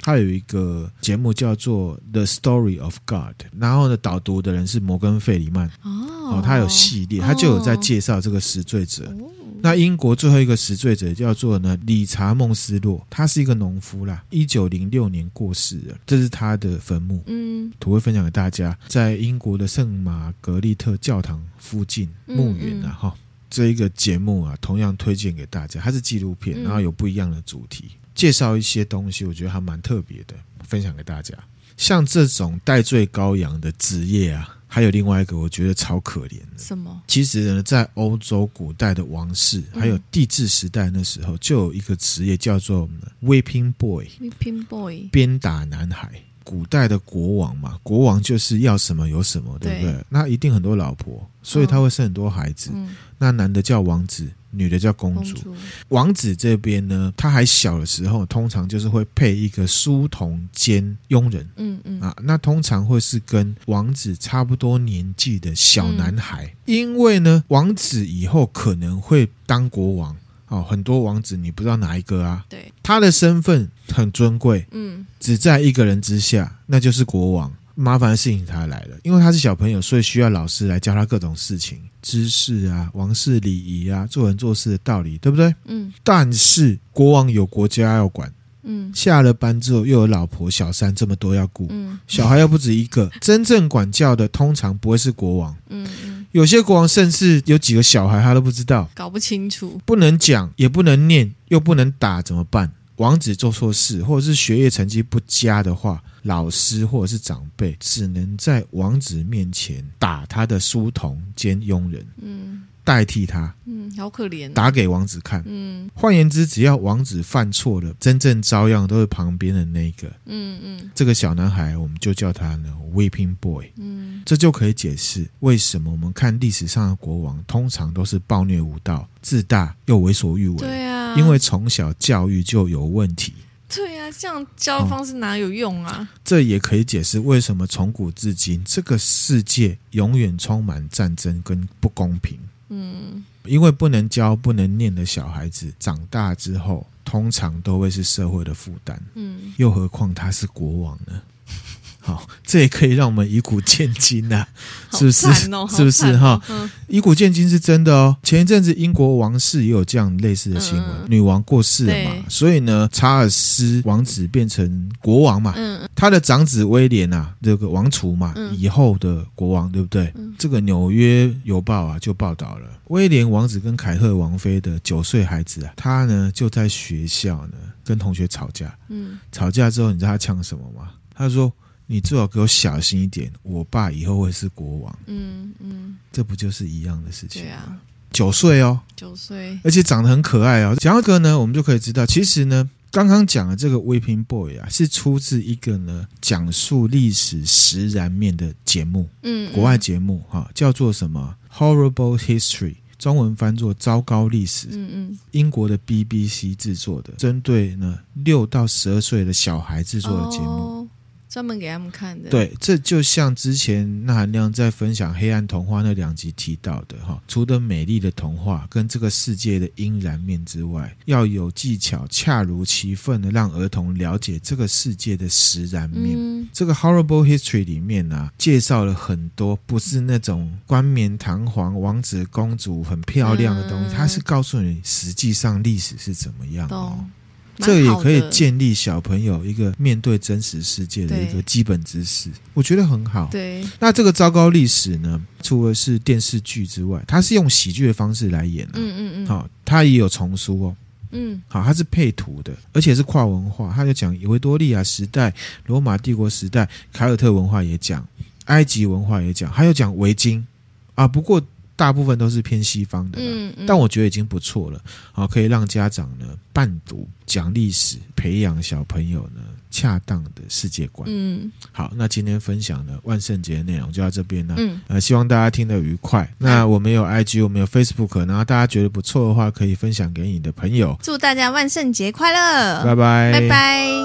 [SPEAKER 1] 它有一个节目叫做《The Story of God》，然后呢，导读的人是摩根·费里曼
[SPEAKER 2] 哦
[SPEAKER 1] 哦，他有系列，他就有在
[SPEAKER 2] 哦
[SPEAKER 1] 介绍这个十罪者。
[SPEAKER 2] 哦
[SPEAKER 1] 那英国最后一个死罪者叫做呢理查孟斯洛，他是一个农夫啦，一九零六年过世的，这是他的坟墓，
[SPEAKER 2] 嗯
[SPEAKER 1] 我会分享给大家，在英国的圣玛格丽特教堂附近
[SPEAKER 2] 嗯
[SPEAKER 1] 墓园啊，哈、这一个节目啊，同样推荐给大家，它是纪录片，
[SPEAKER 2] 嗯
[SPEAKER 1] 然后有不一样的主题，介绍一些东西，我觉得还蛮特别的，分享给大家。像这种戴罪羔羊的职业啊，还有另外一个，我觉得超可怜的。
[SPEAKER 2] 什么？
[SPEAKER 1] 其实呢，在欧洲古代的王室，
[SPEAKER 2] 嗯
[SPEAKER 1] 还有帝制时代那时候，就有一个职业叫做 whipping boy，
[SPEAKER 2] Weeping Boy，
[SPEAKER 1] 鞭打男孩。古代的国王嘛，国王就是要什么有什么，对不对？
[SPEAKER 2] 对
[SPEAKER 1] 那一定很多老婆，所以他会生很多孩子。
[SPEAKER 2] 嗯，
[SPEAKER 1] 那男的叫王子，女的叫公主。
[SPEAKER 2] 公主，
[SPEAKER 1] 王子这边呢，他还小的时候，通常就是会配一个书童兼佣人。
[SPEAKER 2] 嗯嗯，
[SPEAKER 1] 啊，那通常会是跟王子差不多年纪的
[SPEAKER 2] 嗯
[SPEAKER 1] 小男孩，因为呢，王子以后可能会当国王哦，很多王子你不知道哪一个啊，
[SPEAKER 2] 对，
[SPEAKER 1] 他的身份很尊贵，
[SPEAKER 2] 嗯
[SPEAKER 1] 只在一个人之下，那就是国王。麻烦的事情他来了，因为他是小朋友，所以需要老师来教他各种事情、知识啊、王室礼仪啊、做人做事的道理，对不对？
[SPEAKER 2] 嗯
[SPEAKER 1] 但是国王有国家要管，
[SPEAKER 2] 嗯
[SPEAKER 1] 下了班之后又有老婆、小三这么多要顾，
[SPEAKER 2] 嗯
[SPEAKER 1] 小孩又不止一个，真正管教的通常不会是国王，
[SPEAKER 2] 嗯嗯，
[SPEAKER 1] 有些国王甚至有几个小孩他都不知道，
[SPEAKER 2] 搞不清楚，
[SPEAKER 1] 不能讲，也不能念，又不能打，怎么办？王子做错事，或者是学业成绩不佳的话，老师或者是长辈只能在王子面前打他的书童兼佣人，
[SPEAKER 2] 嗯
[SPEAKER 1] 代替他
[SPEAKER 2] 嗯，好可怜，
[SPEAKER 1] 打给王子看。
[SPEAKER 2] 嗯
[SPEAKER 1] 换言之，只要王子犯错了，真正遭殃的都是旁边的那一个。
[SPEAKER 2] 嗯嗯
[SPEAKER 1] 这个小男孩，我们就叫他呢 Weeping Boy。
[SPEAKER 2] 嗯
[SPEAKER 1] 这就可以解释为什么我们看历史上的国王通常都是暴虐无道、自大又为所欲为，
[SPEAKER 2] 对啊，
[SPEAKER 1] 因为从小教育就有问题。
[SPEAKER 2] 对啊，这样教方式哪有用啊？
[SPEAKER 1] 这也可以解释为什么从古至今这个世界永远充满战争跟不公平。
[SPEAKER 2] 嗯，
[SPEAKER 1] 因为不能教、不能念的小孩子，长大之后通常都会是社会的负担，
[SPEAKER 2] 嗯，
[SPEAKER 1] 又何况他是国王 呢？好，这也可以让我们以古鉴今呐、
[SPEAKER 2] 好
[SPEAKER 1] 是不是
[SPEAKER 2] 惨哦、好惨哦
[SPEAKER 1] 是不是哈？
[SPEAKER 2] 嗯
[SPEAKER 1] 以古鉴今是真的哦。前一阵子英国王室也有这样类似的新闻，
[SPEAKER 2] 嗯
[SPEAKER 1] 女王过世了嘛
[SPEAKER 2] 对，
[SPEAKER 1] 所以呢，查尔斯王子变成国王嘛，
[SPEAKER 2] 嗯
[SPEAKER 1] 他的长子威廉啊，这个王储嘛，
[SPEAKER 2] 嗯
[SPEAKER 1] 以后的国王对不对？
[SPEAKER 2] 嗯
[SPEAKER 1] 这个《纽约邮报》啊就报道了，威廉王子跟凯特王妃的九岁孩子啊，他呢就在学校呢跟同学吵架，
[SPEAKER 2] 嗯，
[SPEAKER 1] 吵架之后你知道他呛什么吗？他说：“你最好给我小心一点，我爸以后会是国王。”
[SPEAKER 2] 嗯嗯，
[SPEAKER 1] 这不就是一样的事情
[SPEAKER 2] 对
[SPEAKER 1] 吗？
[SPEAKER 2] 啊，
[SPEAKER 1] 九岁哦，
[SPEAKER 2] 九岁，
[SPEAKER 1] 而且长得很可爱哦。讲到这个呢，我们就可以知道，其实呢，刚刚讲的这个 Weeping Boy 啊，是出自一个呢讲述历史实然面的节目，
[SPEAKER 2] 嗯，
[SPEAKER 1] 国外节目哈、叫做什么 Horrible History。中文翻作“糟糕历史
[SPEAKER 2] 嗯，嗯”，
[SPEAKER 1] 英国的 BBC 制作的，针对呢六到十二岁的小孩制
[SPEAKER 2] 嗯，
[SPEAKER 1] 作的节目。
[SPEAKER 2] 哦专门给他们看的，，
[SPEAKER 1] 对，这就像之前那含量在分享《黑暗童话》那两集提到的哈，除了美丽的童话跟这个世界的阴然面之外，要有技巧，恰如其分的让儿童了解这个世界的实然面。
[SPEAKER 2] 嗯
[SPEAKER 1] 这个 Horrible History 里面呢、啊，介绍了很多不是那种冠冕堂皇、王子公主很漂亮的东西，
[SPEAKER 2] 嗯
[SPEAKER 1] 它是告诉你实际上历史是怎么样、哦。
[SPEAKER 2] 懂，
[SPEAKER 1] 这个也
[SPEAKER 2] 蛮好
[SPEAKER 1] 可以
[SPEAKER 2] 的，
[SPEAKER 1] 建立小朋友一个面对真实世界的一个
[SPEAKER 2] 对
[SPEAKER 1] 基本知识，我觉得很好。
[SPEAKER 2] 对，
[SPEAKER 1] 那这个糟糕历史呢，除了是电视剧之外，它是用喜剧的方式来演的、啊。
[SPEAKER 2] 嗯嗯嗯，
[SPEAKER 1] 好、它也有丛书哦。
[SPEAKER 2] 嗯
[SPEAKER 1] 好，它是配图的，而且是跨文化。它就讲维多利亚时代、罗马帝国时代、凯尔特文化也讲，埃及文化也讲，还有讲围巾啊。不过大部分都是偏西方的啦。
[SPEAKER 2] 嗯嗯，
[SPEAKER 1] 但我觉得已经不错了，好、可以让家长呢伴读讲历史，培养小朋友呢恰当的世界观。
[SPEAKER 2] 嗯
[SPEAKER 1] 好，那今天分享的万圣节的内容就到这边了。
[SPEAKER 2] 嗯，
[SPEAKER 1] 呃，希望大家听得愉快。那我们有 IG，我们有 Facebook，然后大家觉得不错的话，可以分享给你的朋友。
[SPEAKER 2] 祝大家万圣节快乐，
[SPEAKER 1] 拜拜，
[SPEAKER 2] 拜拜